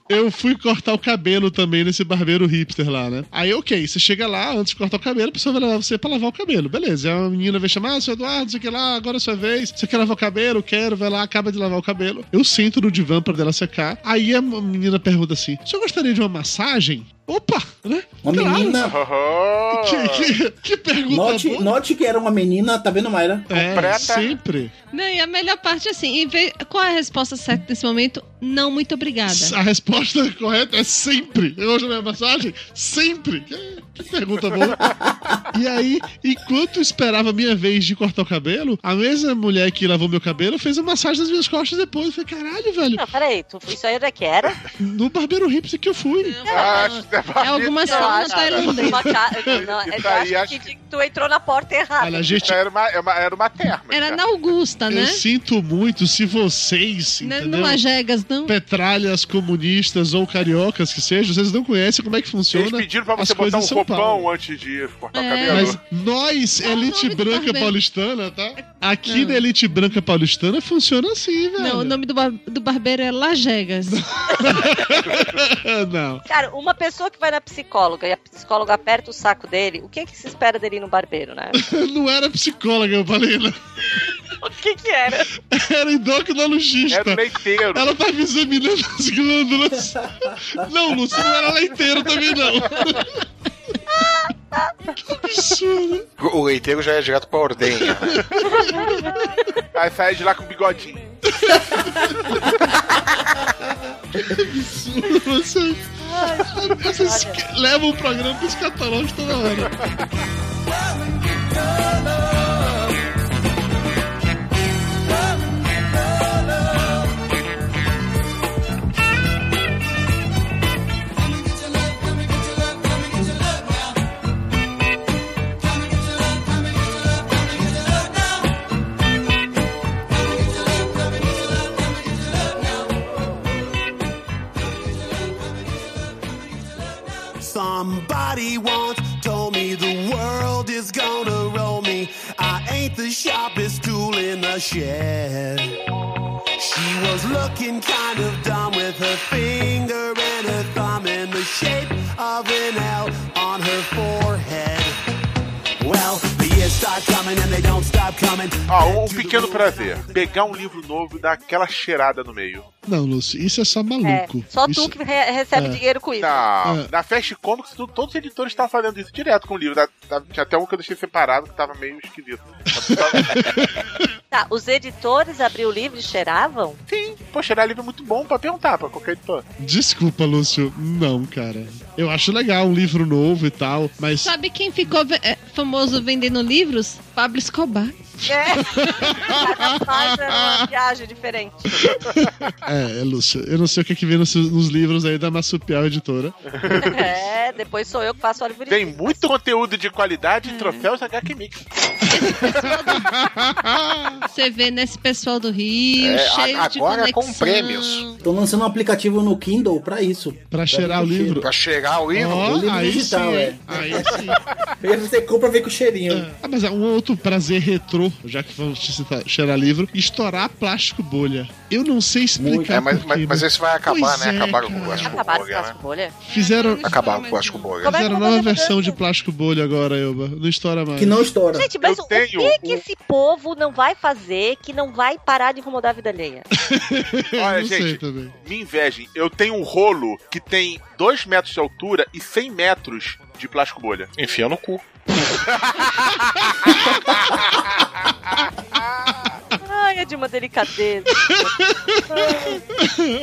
[SPEAKER 2] Eu fui cortar o cabelo também nesse barbeiro hipster lá, né? Aí, ok, você chega lá, antes de cortar o cabelo, a pessoa vai levar você pra lavar o cabelo. Beleza, aí uma menina vai chamar, ah, seu Eduardo, sei que lá, agora é sua vez. Você quer lavar o cabelo? Quero, vai lá, acaba de lavar o cabelo. Eu sento no divã pra dela secar. Aí a menina pergunta assim: o senhor gostaria de uma massagem? Opa, né?
[SPEAKER 7] Uma menina.
[SPEAKER 5] Oh,
[SPEAKER 2] Que, que, que pergunta
[SPEAKER 7] note, note que era uma menina, tá vendo, Mayra?
[SPEAKER 2] É, Completa. sempre.
[SPEAKER 3] Não, e a melhor parte é assim, em vez- qual é a resposta certa nesse momento? Não, muito obrigada.
[SPEAKER 2] A resposta correta é sempre. Eu hoje na minha massagem, sempre. Que- Que pergunta boa. E aí, enquanto eu esperava a minha vez de cortar o cabelo, a mesma mulher que lavou meu cabelo fez a massagem nas minhas costas depois. Eu falei, caralho, velho.
[SPEAKER 4] Não, peraí, tu, isso aí onde é que era?
[SPEAKER 2] No barbeiro hipster que eu fui.
[SPEAKER 4] É
[SPEAKER 3] alguma tá sauna tailandesa.
[SPEAKER 4] Não, é, eu
[SPEAKER 5] Isso aí,
[SPEAKER 4] acho que tu entrou na porta errada.
[SPEAKER 2] Olha, gente-
[SPEAKER 5] Era uma, era uma, era uma terma.
[SPEAKER 3] Era na Augusta, né?
[SPEAKER 2] Eu sinto muito se vocês,
[SPEAKER 3] Não é
[SPEAKER 2] entendeu?
[SPEAKER 3] no Lajegas, não?
[SPEAKER 2] Petralhas comunistas ou cariocas que sejam, vocês não conhem como é que funciona
[SPEAKER 5] Eles pediram pra
[SPEAKER 2] as
[SPEAKER 5] você
[SPEAKER 2] coisas
[SPEAKER 5] botar um
[SPEAKER 2] em São
[SPEAKER 5] roupão
[SPEAKER 2] Paulo.
[SPEAKER 5] antes de cortar
[SPEAKER 3] É.
[SPEAKER 5] o cabelo.
[SPEAKER 2] Mas nós, elite branca
[SPEAKER 3] barbeiro?
[SPEAKER 2] paulistana, tá? Aqui na elite branca paulistana funciona assim, velho.
[SPEAKER 3] É. Não, o nome do, bar- do barbeiro é Lajegas.
[SPEAKER 2] *laughs* não.
[SPEAKER 4] Cara, uma pessoa que vai na psicóloga e a psicóloga aperta o saco dele, o que que se espera dele ir no barbeiro, né?
[SPEAKER 2] Não era psicóloga, eu falei. não.
[SPEAKER 4] *laughs* o que que era?
[SPEAKER 2] Era endocrinologista.
[SPEAKER 5] Era leiteiro.
[SPEAKER 2] Ela tava examinando *laughs* assim, as glândulas. Não, Lúcio, não era leiteiro também, não. *laughs* Que absurdo.
[SPEAKER 1] O leiteiro já é direto pra ordenha.
[SPEAKER 5] Aí sai de lá com um bigodinho.
[SPEAKER 2] absurdo, Vocês, vocês que- levam o programa pro escatológico toda hora.
[SPEAKER 13] Somebody once told me the world is gonna roll me. I ain't the sharpest tool in the shed. She was looking kind of dumb with her finger and her thumb in the shape of an L on her forehead. Well, the years start coming and they don't stop coming.
[SPEAKER 5] *laughs* Ó, um pequeno prazer. Pegar um livro novo e dar aquela cheirada no meio.
[SPEAKER 2] Não, Lúcio, isso é só
[SPEAKER 4] É,
[SPEAKER 2] maluco.
[SPEAKER 4] só
[SPEAKER 2] Isso-
[SPEAKER 4] tu que re- recebe
[SPEAKER 2] É.
[SPEAKER 4] dinheiro com isso.
[SPEAKER 1] Tá.
[SPEAKER 5] Não, na Fast Comics, tu- todos os editores estavam fazendo isso direto com o livro. Da- da- Tinha até um que eu deixei separado que tava meio esquisito.
[SPEAKER 4] Tá, os editores abriam o livro e cheiravam?
[SPEAKER 5] Sim, pô, cheirar livro é muito bom pra perguntar pra qualquer editor.
[SPEAKER 2] Desculpa, Lúcio. Não, cara. Eu acho legal um livro novo e tal, mas.
[SPEAKER 3] Sabe quem ficou ve- é, famoso vendendo livros? Pablo Escobar.
[SPEAKER 4] É. *laughs* Cada página era uma viagem diferente. tá-
[SPEAKER 2] É, é, Lúcio, eu não sei o que, é que vem nos, nos livros aí da Massupial Editora. *laughs*
[SPEAKER 4] É, depois sou eu que faço a livrinha.
[SPEAKER 5] Tem muito conteúdo de qualidade em troféus HQ Mix.
[SPEAKER 3] Você vê nesse pessoal do Rio,
[SPEAKER 7] É,
[SPEAKER 3] cheio
[SPEAKER 7] a-
[SPEAKER 3] de
[SPEAKER 7] agora com
[SPEAKER 3] conexão.
[SPEAKER 7] prêmios. Tô lançando um aplicativo no Kindle pra isso.
[SPEAKER 2] Pra cheirar o livro.
[SPEAKER 1] Pra cheirar o livro?
[SPEAKER 7] o um livro digital, é.
[SPEAKER 2] Aí
[SPEAKER 7] Aí você compra ver com cheirinho.
[SPEAKER 2] Ah, mas é um outro prazer retrô, já que vamos citar- cheirar livro, estourar plástico bolha. Eu não sei explicar.
[SPEAKER 1] É, mas,
[SPEAKER 2] por
[SPEAKER 1] mas,
[SPEAKER 2] quê,
[SPEAKER 1] mas
[SPEAKER 2] né?
[SPEAKER 1] esse vai acabar,
[SPEAKER 2] Pois
[SPEAKER 1] né?
[SPEAKER 2] é,
[SPEAKER 1] Acabaram
[SPEAKER 2] cara.
[SPEAKER 1] com o plástico
[SPEAKER 4] Acabaram com o
[SPEAKER 1] bolha, né?
[SPEAKER 4] plástico bolha?
[SPEAKER 2] Fizeram,
[SPEAKER 1] Acabaram com o plástico bolha.
[SPEAKER 4] Como é que
[SPEAKER 2] fizeram
[SPEAKER 4] eu vou
[SPEAKER 2] nova
[SPEAKER 4] fazer
[SPEAKER 2] versão de plástico bolha agora, Elba. Não estoura mais. *laughs*
[SPEAKER 7] Que não estoura.
[SPEAKER 4] Gente, mas
[SPEAKER 7] Eu
[SPEAKER 4] o
[SPEAKER 7] tenho
[SPEAKER 4] que, que esse povo não vai fazer que não vai parar de incomodar a vida alheia?
[SPEAKER 5] Olha,
[SPEAKER 2] Não sei
[SPEAKER 5] gente, me invejem. Eu tenho um rolo que tem 2 metros de altura e 100 metros de plástico bolha.
[SPEAKER 1] Enfia no cu.
[SPEAKER 4] Ai, é de uma delicadeza.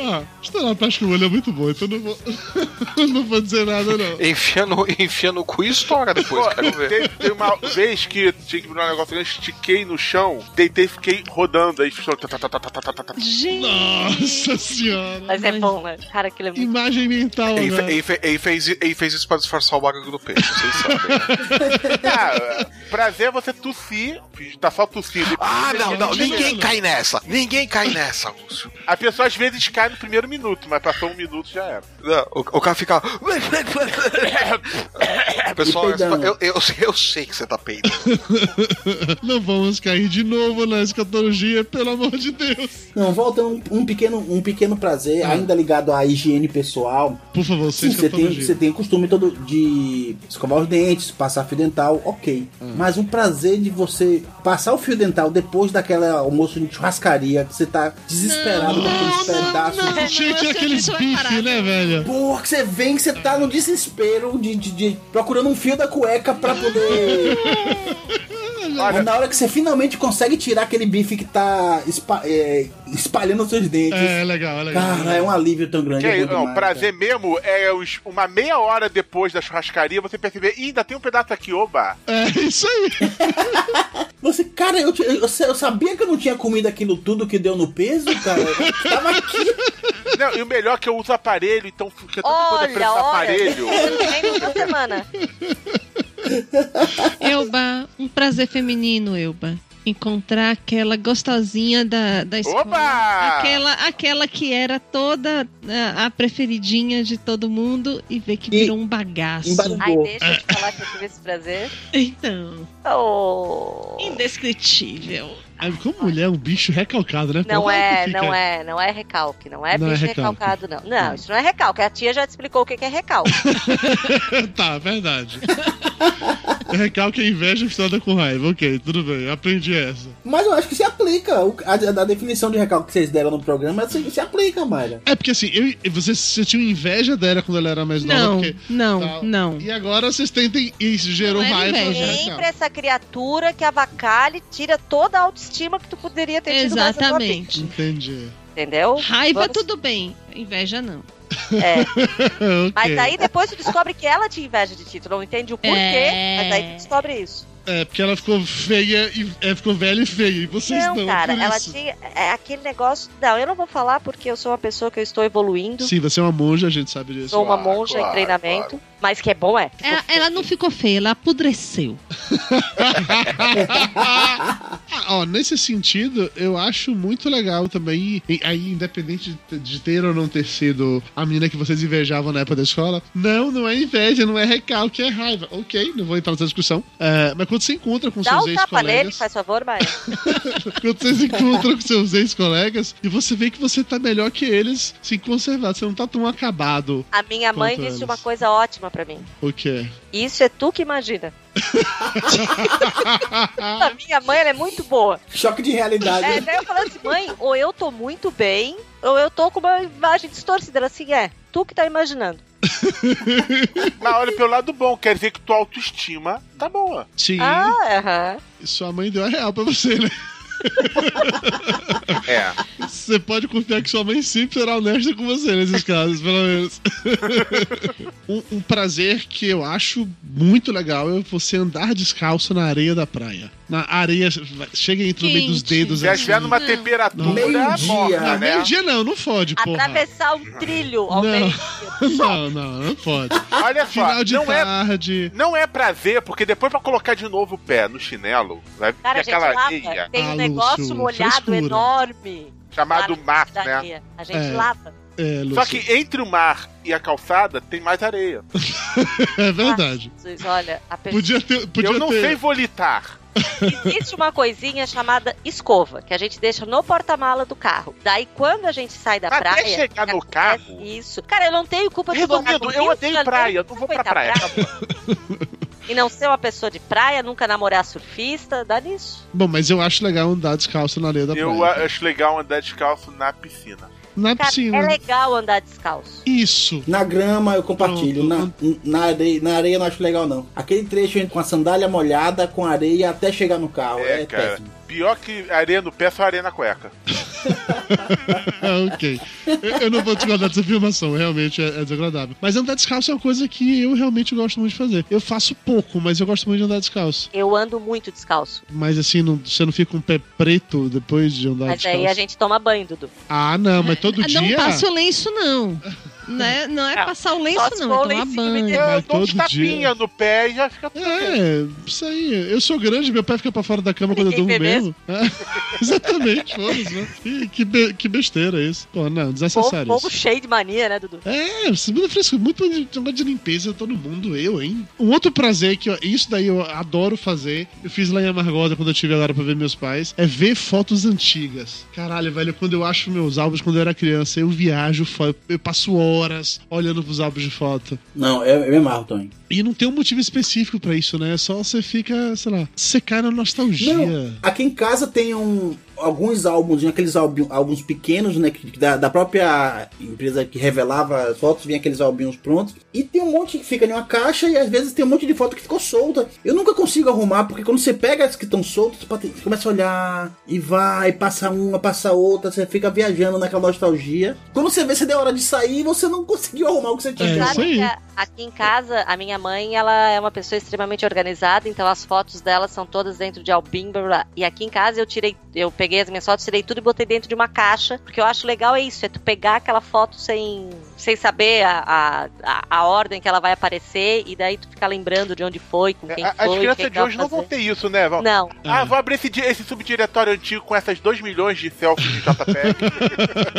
[SPEAKER 2] ah, estourar a peste no olho é muito bom, então não vou, *laughs* não vou dizer nada, não.
[SPEAKER 1] Enfia no, *laughs* enfia no cu e estoura depois, quero ver.
[SPEAKER 5] Tem, tem uma vez que tinha que virar um negócio, eu estiquei no chão, deitei e fiquei rodando. Aí fechou. tá, tá, tá, tá, tá, tá,
[SPEAKER 1] *laughs*
[SPEAKER 5] tá, tá.
[SPEAKER 2] Nossa senhora.
[SPEAKER 4] Mas é bom, né? Cara, aquilo é muito
[SPEAKER 2] Imagem mental,
[SPEAKER 1] Ele, fe-
[SPEAKER 2] né?
[SPEAKER 1] ele fe- ele fez, ele fez isso pra disfarçar o barulho do peixe, vocês sabem.
[SPEAKER 5] Ah, prazer é você tossir, tá só tossindo.
[SPEAKER 1] *laughs* Ah, não, não, ninguém cai nessa. Ninguém cai nessa, Lúcio.
[SPEAKER 5] A pessoa às vezes cai no primeiro minuto, mas passou um minuto já era.
[SPEAKER 1] Não, o, o cara *laughs* fica. Pessoal,
[SPEAKER 5] E peidando.
[SPEAKER 1] eu, eu, eu sei que você tá peidando.
[SPEAKER 2] *laughs* Não vamos cair de novo na escatologia, pelo amor de Deus.
[SPEAKER 7] Não, volta um, um pequeno, um pequeno prazer, ainda ligado à higiene pessoal.
[SPEAKER 2] Por favor,
[SPEAKER 7] Sim,
[SPEAKER 2] seja
[SPEAKER 7] você tem,
[SPEAKER 2] escatologia.
[SPEAKER 7] você tem costume todo de escovar os dentes, passar fio dental, ok.
[SPEAKER 2] Hum.
[SPEAKER 7] Mas o prazer de você passar o fio dental depois daquela almoço de churrascaria, que você tá desesperado com aqueles pedaços.
[SPEAKER 2] não, não, Tinha que ter eu assim, é aqueles
[SPEAKER 3] é
[SPEAKER 2] sou bife, preparada. né, velho?
[SPEAKER 7] Porra, que você vem que você tá no desespero de, de- de- procurando um fio da cueca
[SPEAKER 2] *laughs*
[SPEAKER 7] pra poder. Olha, na hora que você finalmente consegue tirar aquele bife que tá espa- é, espalhando os seus dentes.
[SPEAKER 2] É, legal, é legal.
[SPEAKER 7] Cara, é um alívio tão grande.
[SPEAKER 5] Que é,
[SPEAKER 7] é bom
[SPEAKER 5] não,
[SPEAKER 7] demais,
[SPEAKER 5] prazer mesmo é uns- uma meia hora depois da churrascaria você perceber, "Ih, ainda tem um pedaço aqui, oba.
[SPEAKER 2] É isso aí.
[SPEAKER 7] Você, cara, eu, eu, eu sabia que eu não tinha comido aquilo tudo que deu no peso, cara. Tava aqui.
[SPEAKER 5] Não, e o melhor é que eu uso aparelho, então fica tanta coisa
[SPEAKER 4] Olha,
[SPEAKER 5] preso no
[SPEAKER 4] olha. *laughs*
[SPEAKER 5] aparelho.
[SPEAKER 4] Você não tem toda semana.
[SPEAKER 3] Elba, um prazer feminino, Elba. Encontrar aquela gostosinha da, da
[SPEAKER 1] *laughs*
[SPEAKER 3] escola.
[SPEAKER 5] Oba!
[SPEAKER 3] Aquela, aquela que era toda ah, a preferidinha de todo mundo e ver que virou um bagaço.
[SPEAKER 4] Ai, deixa eu te falar que eu tive esse prazer.
[SPEAKER 3] Então.
[SPEAKER 7] Oh.
[SPEAKER 3] Indescritível.
[SPEAKER 2] Ai, como mulher é um bicho recalcado, né?
[SPEAKER 4] Não
[SPEAKER 2] Como
[SPEAKER 4] é,
[SPEAKER 2] que fica?
[SPEAKER 4] não é, não é recalque, não é
[SPEAKER 2] Não é
[SPEAKER 4] bicho
[SPEAKER 2] recalque.
[SPEAKER 4] recalcado, não. Não, isso não é recalque. A tia já te explicou o que que é recalque.
[SPEAKER 2] *laughs* tá, verdade. *laughs* Recalque é inveja misturada com raiva. Ok, tudo bem, aprendi essa.
[SPEAKER 7] Mas eu acho que se aplica. O- A, a- a definição de recalque que vocês deram no programa assim, se, se aplica, Mayra.
[SPEAKER 2] É porque assim, eu, e- você, você tinha inveja dela quando ela era mais nova.
[SPEAKER 3] Não,
[SPEAKER 2] Porque, tá-
[SPEAKER 3] não,
[SPEAKER 2] tal.
[SPEAKER 3] não.
[SPEAKER 2] E agora vocês tentem. Isso gerou
[SPEAKER 4] é
[SPEAKER 3] Não era
[SPEAKER 2] raiva.
[SPEAKER 3] inveja.
[SPEAKER 2] né,
[SPEAKER 4] Sempre
[SPEAKER 2] cara?
[SPEAKER 4] essa criatura que avacalha e tira toda a autoestima que tu poderia ter tido graças à tua vida.
[SPEAKER 3] Exatamente.
[SPEAKER 2] Entendi. *laughs*
[SPEAKER 4] Entendeu? É.
[SPEAKER 3] Raiva
[SPEAKER 4] Vamos-
[SPEAKER 3] tudo bem, inveja não.
[SPEAKER 2] Ok.
[SPEAKER 4] Mas aí depois tu descobre que ela te inveja de ti, tu não entende o porquê,
[SPEAKER 3] É.
[SPEAKER 4] mas aí tu descobre isso.
[SPEAKER 2] É, porque ela ficou feia e é, ficou velha e feia. E vocês não, é
[SPEAKER 4] não, cara,
[SPEAKER 2] por
[SPEAKER 4] ela
[SPEAKER 2] isso.
[SPEAKER 4] tinha é aquele negócio. Não, eu não vou falar porque eu sou uma pessoa que eu estou evoluindo.
[SPEAKER 2] Sim, você é uma monja, a gente sabe disso.
[SPEAKER 4] sou uma monja em treinamento, mas que é bom é.
[SPEAKER 3] Ela, ela não ficou feia, ela apodreceu.
[SPEAKER 2] Ah, ó, nesse sentido, eu acho muito legal também, e- aí independente de- de ter ou não ter sido a menina que vocês invejavam na época da escola, não, não é inveja, não é recalque, é raiva. Ok, não vou entrar nessa discussão. É, mas quando você encontra com
[SPEAKER 4] Dá
[SPEAKER 2] seus
[SPEAKER 4] um tapa nele,
[SPEAKER 2] ex-colegas,
[SPEAKER 4] faz favor, Maia.
[SPEAKER 2] *laughs* quando você se encontra com seus ex-colegas e você vê que você tá melhor que eles, se conservar, você não tá tão acabado.
[SPEAKER 4] A minha mãe
[SPEAKER 2] Quanto
[SPEAKER 4] disse
[SPEAKER 2] anos?
[SPEAKER 4] uma coisa ótima pra mim.
[SPEAKER 2] O quê?
[SPEAKER 4] Isso é tu
[SPEAKER 2] *laughs*
[SPEAKER 4] que imagina. a minha mãe ela é muito boa.
[SPEAKER 7] Choque de realidade.
[SPEAKER 4] É, daí eu falei assim, mãe, ou eu tô muito bem, ou eu tô com uma imagem distorcida. Ela assim, é, tu que tá imaginando.
[SPEAKER 5] Mas olha pelo lado bom, quer dizer que tua autoestima tá boa.
[SPEAKER 2] Sim.
[SPEAKER 4] Ah, aham.
[SPEAKER 2] Sua mãe deu a real pra você, né?
[SPEAKER 1] É.
[SPEAKER 2] Você pode confiar que sua mãe sempre será honesta com você nesses casos, pelo menos. um, um prazer que eu acho muito legal é você andar descalço na areia da praia. Na areia, chega entre o meio dos dedos. assim.
[SPEAKER 5] Se estiver numa temperatura morna,
[SPEAKER 2] Não,
[SPEAKER 5] né?
[SPEAKER 2] meio-dia não, não fode, porra.
[SPEAKER 4] Atravessar um trilho ao meio.
[SPEAKER 2] Não, não, não, não pode.
[SPEAKER 5] Olha só,
[SPEAKER 2] Final de
[SPEAKER 5] não é-
[SPEAKER 2] tarde.
[SPEAKER 5] Não é prazer, porque depois pra colocar de novo o pé no chinelo, vai vir
[SPEAKER 4] Cara, a gente
[SPEAKER 5] aquela
[SPEAKER 4] lava.
[SPEAKER 5] areia
[SPEAKER 4] Tem um
[SPEAKER 2] Ah,
[SPEAKER 4] negócio
[SPEAKER 2] Lúcio,
[SPEAKER 4] molhado
[SPEAKER 2] frescura.
[SPEAKER 4] enorme.
[SPEAKER 5] chamado mar,
[SPEAKER 4] da
[SPEAKER 5] né?
[SPEAKER 4] areia. A gente
[SPEAKER 2] É.
[SPEAKER 4] lava.
[SPEAKER 2] É, Lúcio.
[SPEAKER 5] Só que entre o mar e a calçada tem mais areia.
[SPEAKER 2] é verdade.
[SPEAKER 4] Jesus, olha, a pessoa...
[SPEAKER 2] Podia ter. Podia
[SPEAKER 5] Eu não
[SPEAKER 2] ter...
[SPEAKER 5] sei volitar.
[SPEAKER 4] Existe uma coisinha chamada escova, que a gente deixa no porta-mala do carro. Daí, quando a gente sai da
[SPEAKER 5] Até
[SPEAKER 4] praia.
[SPEAKER 5] chegar
[SPEAKER 4] que
[SPEAKER 5] no
[SPEAKER 4] acontece
[SPEAKER 5] carro.
[SPEAKER 4] Isso. Cara, eu não tenho culpa de morar no
[SPEAKER 5] Resumindo, eu
[SPEAKER 4] Rio
[SPEAKER 5] odeio
[SPEAKER 4] de Janeiro,
[SPEAKER 5] praia, eu não vou pra
[SPEAKER 4] frequentar
[SPEAKER 5] praia.
[SPEAKER 4] E não ser uma pessoa de praia, nunca namorar surfista, dá nisso.
[SPEAKER 2] Bom, mas eu acho legal andar descalço na areia da
[SPEAKER 5] Eu
[SPEAKER 2] praia.
[SPEAKER 5] a- acho legal andar descalço na piscina.
[SPEAKER 2] na
[SPEAKER 4] Cara,
[SPEAKER 2] piscina.
[SPEAKER 4] é legal andar descalço.
[SPEAKER 2] Isso. *laughs*
[SPEAKER 7] Na grama eu compartilho. Na, na, areia, na areia eu não acho legal, não. Aquele trecho com a sandália molhada, com areia, até chegar no carro. É,
[SPEAKER 5] É, cara.
[SPEAKER 7] péssimo.
[SPEAKER 5] Pior que areia no pé, só areia na cueca.
[SPEAKER 2] Ah, ok. Eu, eu não vou discordar dessa afirmação, realmente é, é desagradável. Mas andar descalço é uma coisa que eu realmente gosto muito de fazer. Eu faço pouco, mas eu gosto muito de andar descalço.
[SPEAKER 4] Eu ando muito descalço.
[SPEAKER 2] Mas assim, não- você não fica com o pé preto depois de andar
[SPEAKER 4] Mas
[SPEAKER 2] descalço?
[SPEAKER 4] aí a gente toma banho, Dudu.
[SPEAKER 2] Ah, não, mas todo
[SPEAKER 4] Não
[SPEAKER 2] dia.
[SPEAKER 4] passo
[SPEAKER 3] o lenço, não. Não é, não é passar o lenço,
[SPEAKER 4] se
[SPEAKER 3] não.
[SPEAKER 4] for o
[SPEAKER 3] É tomar
[SPEAKER 4] lencinho,
[SPEAKER 3] banho.
[SPEAKER 2] Mas todo dia.
[SPEAKER 5] no pé e já fica
[SPEAKER 2] É, isso aí. Eu sou grande, meu pé fica pra fora da cama quando eu durmo
[SPEAKER 3] vê
[SPEAKER 2] mesmo. É, *laughs* exatamente, foda-se, né? Ih, Que, be- que besteira isso. Pô, não, desnecessário
[SPEAKER 4] Povo
[SPEAKER 2] isso.
[SPEAKER 4] cheio de mania, né, Dudu?
[SPEAKER 2] É, isso muda fresco, muito de- de- de limpeza, todo mundo, eu, hein? Um outro prazer que, ó, isso daí eu adoro fazer, eu fiz lá em Amargosa quando eu tive agora pra ver meus pais, é ver fotos antigas. Caralho, velho, quando eu acho meus álbuns quando eu era criança, eu viajo, fo- eu passo horas olhando pros álbuns de foto.
[SPEAKER 7] Não, é, eu, eu me amarro também.
[SPEAKER 2] E não tem um motivo específico pra isso, né? É só você fica, sei lá, você cai na nostalgia.
[SPEAKER 7] Aqui em casa tem um, alguns álbuns, aqueles álbum- álbuns pequenos, né? que- Da, da própria empresa que revelava as fotos, vinha aqueles álbuns prontos. E tem um monte que fica em uma caixa e às vezes tem um monte de foto que ficou solta. Eu nunca consigo arrumar, porque quando você pega as que estão soltas, você pode- você começa a olhar e vai, passa uma, passa outra, você fica viajando naquela nostalgia. Quando você vê, você deu hora de sair e você não conseguiu arrumar o que você tinha. em casa.
[SPEAKER 4] Sabe que a- aqui em casa, a minha mãe, ela é uma pessoa extremamente organizada, então as fotos dela são todas dentro de albim, blá, blá, blá. E aqui em casa eu tirei, eu peguei as minhas fotos, tirei tudo e botei dentro de uma caixa, porque eu acho legal é isso, é tu pegar aquela foto sem, sem saber a, a, a, a ordem que ela vai aparecer, e daí tu ficar lembrando de onde foi, com quem
[SPEAKER 5] É, A-
[SPEAKER 4] foi,
[SPEAKER 5] As
[SPEAKER 4] o que é
[SPEAKER 5] crianças
[SPEAKER 4] que
[SPEAKER 5] de
[SPEAKER 4] ela
[SPEAKER 5] hoje não vão
[SPEAKER 4] fazer.
[SPEAKER 5] ter isso, né, Val?
[SPEAKER 4] Não.
[SPEAKER 5] Ah, vou abrir esse, di- esse subdiretório antigo com essas 2 milhões de selfies de JPEG.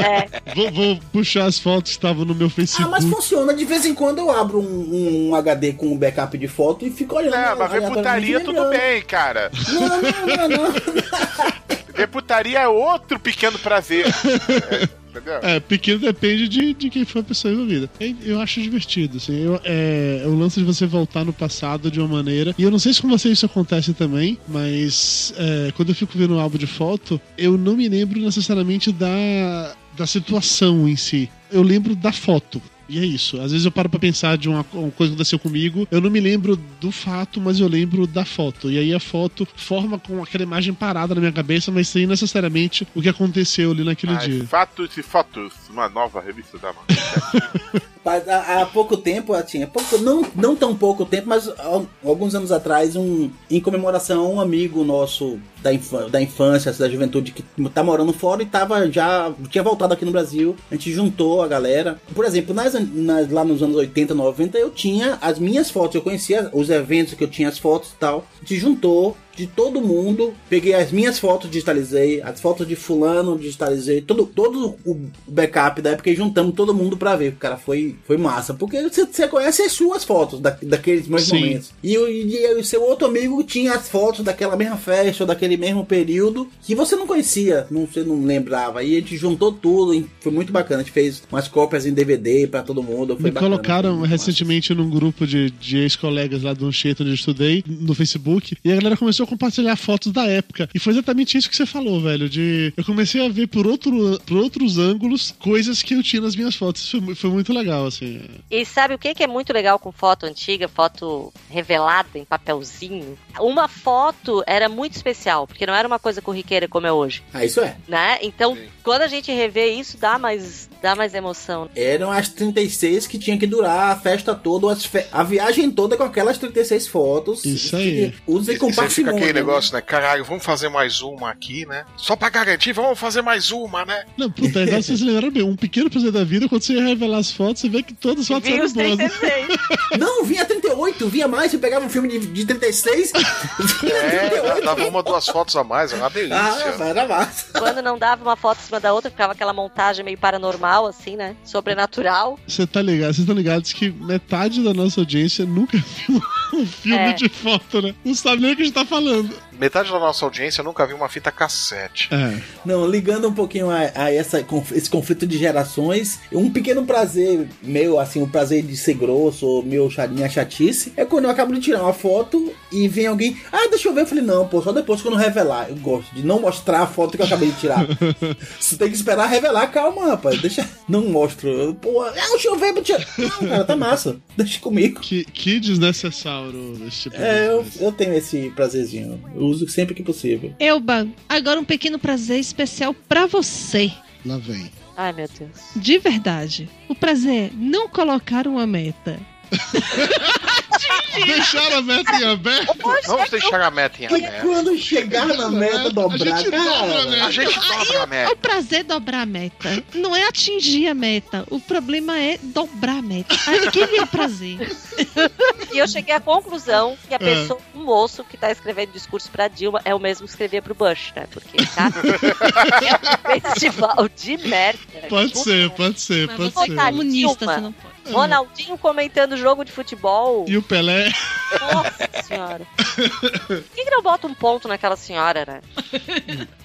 [SPEAKER 4] é.
[SPEAKER 2] Vou, vou puxar as fotos que estavam no meu Facebook.
[SPEAKER 7] Ah, mas funciona. De vez em quando eu abro um, um HD com um backup de foto e fico olhando. né?
[SPEAKER 5] É, mas ver putaria tudo bem, cara.
[SPEAKER 7] Não, não, não, não.
[SPEAKER 5] *laughs* Ver putaria é outro pequeno prazer. É, entendeu?
[SPEAKER 2] É, pequeno depende de, de quem foi a pessoa envolvida. É, Eu acho divertido, assim. Eu, é, é o lance de você voltar no passado de uma maneira. E eu não sei se com você isso acontece também, mas é, quando eu fico vendo um álbum de foto, eu não me lembro necessariamente da, da situação em si. Eu lembro da foto. E é isso. Às vezes eu paro pra pensar de uma, uma coisa que aconteceu comigo. Eu não me lembro do fato, mas eu lembro da foto. E aí a foto forma com aquela imagem parada na minha cabeça, mas sem necessariamente o que aconteceu ali naquele dia.
[SPEAKER 5] Ai, fatos e fotos. Uma nova revista da mão.
[SPEAKER 7] Mas Há, há pouco tempo, assim, há pouco, não, não tão pouco tempo, mas há um, alguns anos atrás, um, em comemoração, um amigo nosso da, infa- da infância, da juventude, que tá morando fora e tava já, tinha voltado aqui no Brasil, a gente juntou a galera. Por exemplo, nas, an- nas- lá nos anos 80, 90, eu tinha as minhas fotos, eu conhecia os eventos que eu tinha as fotos e tal. A gente juntou, de todo mundo. Peguei as minhas fotos, digitalizei, as fotos de fulano, digitalizei, todo, todo o backup da época e juntamos todo mundo pra ver. Cara, foi, foi massa. Porque você, você conhece as suas fotos da, daqueles meus
[SPEAKER 2] Sim.
[SPEAKER 7] momentos. E o e o seu outro amigo tinha as fotos daquela mesma festa, ou daquele mesmo período, que você não conhecia, não, você não lembrava. E a gente juntou tudo, hein? foi muito bacana. A gente fez umas cópias em DVD pra todo mundo. Foi
[SPEAKER 2] Me
[SPEAKER 7] bacana.
[SPEAKER 2] colocaram recentemente num grupo de, de ex-colegas lá do Anchieta, onde eu estudei, no Facebook, e a galera começou a compartilhar fotos da época. E foi exatamente isso que você falou, velho. De eu comecei a ver por, outro, por outros ângulos coisas que eu tinha nas minhas fotos. Isso Foi, mu- foi muito legal, assim.
[SPEAKER 4] E sabe o que que é muito legal com foto antiga, foto revelada em papelzinho? Uma foto era muito especial, porque não era uma coisa corriqueira como é hoje,
[SPEAKER 7] Ah, isso é.
[SPEAKER 4] né? Então, quando a gente revê isso, dá mais, dá mais emoção.
[SPEAKER 7] Eram as 36 que tinha que durar a festa toda, as fe- a viagem toda com aquelas 36 fotos. Isso aí. Usa e
[SPEAKER 1] E você fica
[SPEAKER 7] compartilha. um,
[SPEAKER 1] aquele negócio, né? Caralho, vamos fazer mais uma aqui, né? Só pra garantir, vamos fazer mais uma, né?
[SPEAKER 2] Não, puta, agora vocês lembraram bem. Um pequeno prazer da vida, quando você ia revelar as fotos, você vê que todas as fotos
[SPEAKER 7] vinha
[SPEAKER 2] eram
[SPEAKER 7] os
[SPEAKER 2] boas. né?
[SPEAKER 4] 36.
[SPEAKER 7] Não, vinha 38, vinha mais. Você pegava um filme de, de *laughs* 36. *laughs*
[SPEAKER 1] É, dava uma, duas fotos a mais, é uma delícia.
[SPEAKER 7] Ah, era massa.
[SPEAKER 4] Quando não dava uma foto em cima da outra, ficava aquela montagem meio paranormal, assim, né? Sobrenatural.
[SPEAKER 2] Você tá ligado? Vocês estão ligados que metade da nossa audiência nunca *laughs* viu um filme
[SPEAKER 1] É.
[SPEAKER 2] de foto, né? Não sabe nem o que a gente tá falando.
[SPEAKER 1] Metade da nossa audiência nunca viu uma fita cassete.
[SPEAKER 7] É. Não, ligando um pouquinho a, a essa, conf- esse conflito de gerações, um pequeno prazer um meu, assim, o prazer de ser grosso, ou meu, cha- minha chatice, é quando eu acabo de tirar uma foto e vem alguém, ah, deixa eu ver. Eu falei, não, pô, só depois quando revelar. Eu gosto de não mostrar a foto que eu acabei de tirar. Você tem que esperar revelar, calma, rapaz. Deixa. Não mostro. Eu, Pô, ah, deixa eu ver pra tirar. Não, cara, tá massa. *laughs* Deixa comigo.
[SPEAKER 2] Que, que desnecessário esse tipo de
[SPEAKER 7] É, eu, eu tenho esse prazerzinho. Eu uso sempre que possível.
[SPEAKER 3] Elba, agora um pequeno prazer especial pra você.
[SPEAKER 2] Lá
[SPEAKER 4] *laughs*
[SPEAKER 2] vem.
[SPEAKER 4] Ai, meu Deus.
[SPEAKER 3] De verdade. O prazer é não colocar uma meta.
[SPEAKER 2] Deixaram a meta em aberto?
[SPEAKER 1] Vamos deixar a meta em
[SPEAKER 7] Porque
[SPEAKER 1] aberto.
[SPEAKER 7] quando chegar na meta, dobrar, cara.
[SPEAKER 1] A gente dobra a
[SPEAKER 3] É o
[SPEAKER 1] meta.
[SPEAKER 3] prazer dobrar a meta. Não é atingir a meta. O problema é dobrar a meta. Aquele é o prazer.
[SPEAKER 4] E eu cheguei à conclusão que a
[SPEAKER 2] Ah.
[SPEAKER 3] É.
[SPEAKER 4] pessoa, o moço que tá escrevendo discurso pra Dilma é o mesmo que escrevia pro Bush, né? Porque
[SPEAKER 2] *laughs*
[SPEAKER 4] tá *laughs* é um festival de merda. Tipo,
[SPEAKER 2] Pode
[SPEAKER 4] Puta
[SPEAKER 2] ser, pode ser,
[SPEAKER 4] Mas
[SPEAKER 2] pode
[SPEAKER 4] você tá
[SPEAKER 2] ser.
[SPEAKER 4] comunista, Dilma. você não pode. Ronaldinho comentando jogo de futebol.
[SPEAKER 2] E o Pelé?
[SPEAKER 4] Nossa senhora. Por que, que não bota um ponto naquela senhora, né?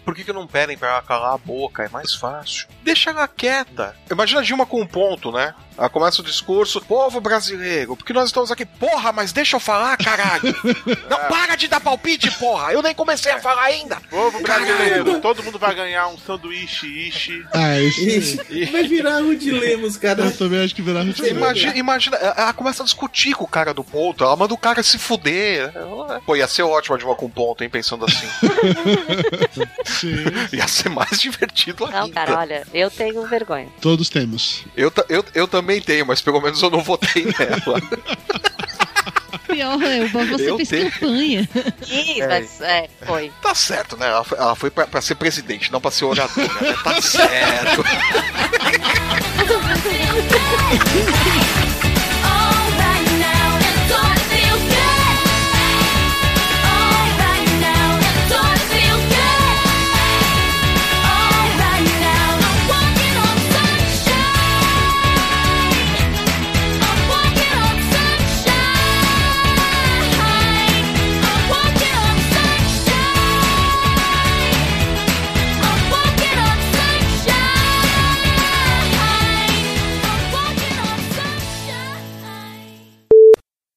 [SPEAKER 1] Por que, que não pedem pra ela calar a boca? É mais fácil. Deixa ela quieta. Imagina a Dilma com um ponto, né? Ela começa o discurso, povo brasileiro, porque nós estamos aqui. Porra, mas deixa eu falar, caralho. Não para de dar palpite, porra. Eu nem comecei a falar ainda.
[SPEAKER 5] Povo brasileiro, todo mundo vai ganhar um sanduíche ishi.
[SPEAKER 2] Ah,
[SPEAKER 7] *laughs*
[SPEAKER 2] isso.
[SPEAKER 7] Vai virar um o de Lemos, cara.
[SPEAKER 2] Eu também acho que virar o de Lemos.
[SPEAKER 1] Imagina, imagina, ela ela começa a discutir com o cara do ponto, ela manda o cara se fuder. Pô, ia ser ótimo a Dilma com um ponto, hein, pensando assim. ia ser mais divertido ainda.
[SPEAKER 4] Não, cara, olha, eu tenho vergonha.
[SPEAKER 2] Todos temos.
[SPEAKER 1] Eu, ta- eu, eu também tenho, mas pelo menos eu não votei nela.
[SPEAKER 3] Pior, Elba, você
[SPEAKER 1] Eu
[SPEAKER 3] fez
[SPEAKER 1] tenho.
[SPEAKER 3] campanha.
[SPEAKER 4] Ih,
[SPEAKER 1] É.
[SPEAKER 4] mas é, foi.
[SPEAKER 1] Tá certo, né? Ela foi, ela foi pra, pra ser presidente, não pra ser oradora. Né? Tá *laughs* certo.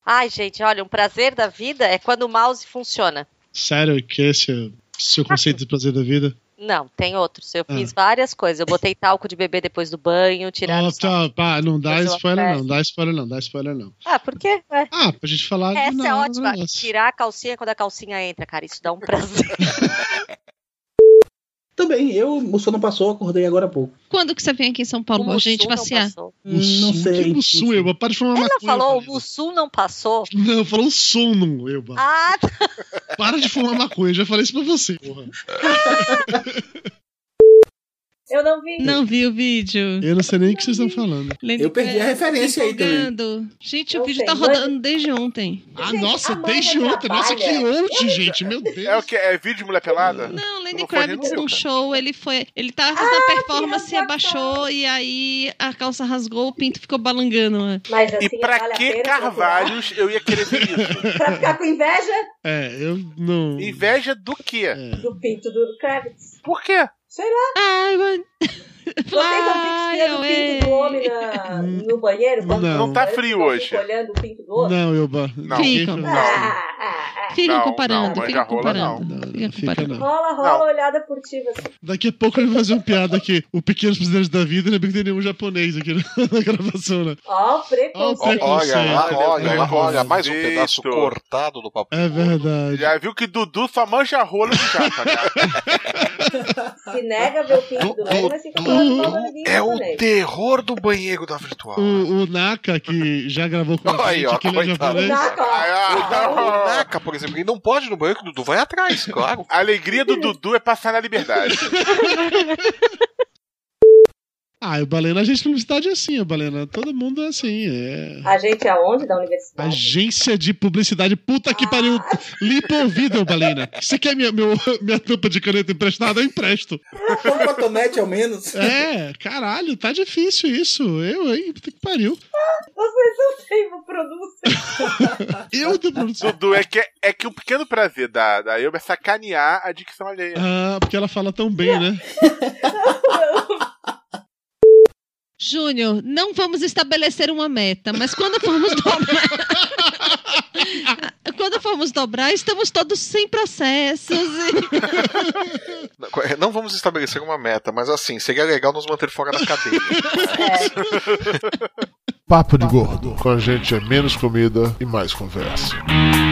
[SPEAKER 4] Ai, gente, olha, um prazer da vida é quando o mouse funciona.
[SPEAKER 2] Sério que esse é o seu conceito de prazer da vida?
[SPEAKER 4] Não, tem outros.
[SPEAKER 2] Ah.
[SPEAKER 4] Eu fiz várias coisas. Eu botei talco de bebê depois do banho, tirar.
[SPEAKER 2] Ah, tá, pá, não dá
[SPEAKER 4] Mas eu
[SPEAKER 2] spoiler
[SPEAKER 4] até-
[SPEAKER 2] não, dá spoiler não, dá spoiler não.
[SPEAKER 4] Ah, por quê? Ué.
[SPEAKER 2] Ah, pra gente falar do
[SPEAKER 4] Essa é
[SPEAKER 2] nada,
[SPEAKER 4] ótima.
[SPEAKER 2] né?
[SPEAKER 4] Tirar a calcinha quando a calcinha entra, cara. Isso dá um prazer.
[SPEAKER 7] Também, eu, o sono passou, acordei agora há pouco.
[SPEAKER 3] Quando que você vem aqui em São Paulo pra gente passear?
[SPEAKER 7] Não sei.
[SPEAKER 2] Um Que mussum, Elba? Para de falar
[SPEAKER 4] Ela
[SPEAKER 2] maconha.
[SPEAKER 4] falou, o Mussum não passou.
[SPEAKER 2] Não, falou sono, Elba.
[SPEAKER 4] Ah, tá.
[SPEAKER 2] Para de fumar maconha, eu já falei isso pra você, porra.
[SPEAKER 4] eu não vi.
[SPEAKER 3] Não vi o vídeo.
[SPEAKER 2] Eu não sei nem o que vocês estão falando.
[SPEAKER 7] Eu perdi a referência aí também.
[SPEAKER 3] Empolgando. Gente, o
[SPEAKER 4] Eu
[SPEAKER 3] vídeo tá
[SPEAKER 4] tenho dois-
[SPEAKER 3] rodando desde ontem.
[SPEAKER 2] Ah,
[SPEAKER 3] Gente,
[SPEAKER 2] nossa,
[SPEAKER 3] a mãe
[SPEAKER 2] desde
[SPEAKER 3] não
[SPEAKER 2] ontem. Nossa, que
[SPEAKER 3] trabalha.
[SPEAKER 2] ontem, gente, meu Deus.
[SPEAKER 5] É o que? É vídeo de mulher pelada?
[SPEAKER 3] Não, Lenny
[SPEAKER 5] não foi nem
[SPEAKER 3] Kravitz
[SPEAKER 5] no meu,
[SPEAKER 3] num
[SPEAKER 5] cara.
[SPEAKER 3] show, ele foi. Ele tava fazendo a performance, abaixou e aí a calça rasgou, o pinto ficou balangando. né?
[SPEAKER 14] Mas assim,
[SPEAKER 5] E pra
[SPEAKER 14] vale a
[SPEAKER 5] que
[SPEAKER 14] pena
[SPEAKER 5] Carvalhos eu ia querer ver isso?
[SPEAKER 14] *laughs* Pra ficar com inveja
[SPEAKER 2] É, eu não.
[SPEAKER 5] Inveja do quê?
[SPEAKER 4] É.
[SPEAKER 14] do pinto do Kravitz.
[SPEAKER 5] Por quê?
[SPEAKER 14] Sei lá.
[SPEAKER 3] Ai, mano.
[SPEAKER 14] Vocês não
[SPEAKER 3] Ai,
[SPEAKER 14] ficam vendo o pinto do homem na- no banheiro? quando
[SPEAKER 2] Não. Não tá
[SPEAKER 14] vocês
[SPEAKER 5] frio
[SPEAKER 14] ficam
[SPEAKER 5] hoje.
[SPEAKER 14] olhando o pinto do outro?
[SPEAKER 2] Não, Elba.
[SPEAKER 5] Não.
[SPEAKER 3] Ficam.
[SPEAKER 2] Ninguém fala assim.
[SPEAKER 14] Ah, ah, ah.
[SPEAKER 3] Ficam
[SPEAKER 5] Não,
[SPEAKER 3] comparando,
[SPEAKER 5] não, mas
[SPEAKER 3] ficam
[SPEAKER 5] já rola,
[SPEAKER 3] comparando. Fica
[SPEAKER 2] Fica não.
[SPEAKER 14] Rola, rola, olhada furtiva assim.
[SPEAKER 2] Daqui a pouco ele vai fazer uma piada aqui. O Pequenos Presidente da Vida, não é bem que tem nenhum japonês aqui *laughs* na na gravação, né?
[SPEAKER 14] Ó, o
[SPEAKER 2] Ó, o
[SPEAKER 14] preconceito.
[SPEAKER 1] olha, lá,
[SPEAKER 2] preconceito.
[SPEAKER 1] olha, lá, olha, mais um
[SPEAKER 5] Preconceito.
[SPEAKER 1] pedaço cortado do papo.
[SPEAKER 2] É verdade.
[SPEAKER 5] Já viu que Dudu só manja rola do chapa, cara.
[SPEAKER 14] Se nega a ver o pinto do outro, mas fica falando mal do
[SPEAKER 1] É o
[SPEAKER 14] japonês.
[SPEAKER 1] terror do banheiro da virtual.
[SPEAKER 2] O, o Naka, que já gravou
[SPEAKER 5] *laughs*
[SPEAKER 2] com a
[SPEAKER 1] Aí,
[SPEAKER 2] gente,
[SPEAKER 1] ó,
[SPEAKER 2] que ele é
[SPEAKER 1] coitado.
[SPEAKER 2] japonês.
[SPEAKER 1] O Naka, por exemplo, ele não pode ir no banheiro que o Dudu vai atrás, claro.
[SPEAKER 5] A alegria do Dudu é passar na liberdade.
[SPEAKER 2] Ah, o Balena, a gente na universidade é assim, o Balena. Todo mundo é assim, é.
[SPEAKER 14] A gente aonde? Da universidade?
[SPEAKER 2] Agência de publicidade, puta que pariu. Limpa o ouvido, Balena. Você quer minha, meu- *laughs* minha tampa de caneta emprestada? Eu empresto.
[SPEAKER 7] Foi um cotonete ao menos.
[SPEAKER 2] É, caralho, tá difícil isso. Eu, hein? Puta que pariu.
[SPEAKER 14] Vocês não têm o produto.
[SPEAKER 2] Eu de produção.
[SPEAKER 5] Dudu, é que, é que o pequeno prazer da, da Elba é sacanear a dicção alheia.
[SPEAKER 2] Ah, porque ela fala tão bem, né?
[SPEAKER 3] Júnior, não vamos estabelecer uma meta, mas quando formos *laughs* dobrar. quando formos dobrar, estamos todos sem processos. e-
[SPEAKER 1] Não vamos estabelecer uma meta, mas assim, seria legal nos manter fora da cadeia.
[SPEAKER 2] Papo de gordo. Com a gente é menos comida e mais conversa.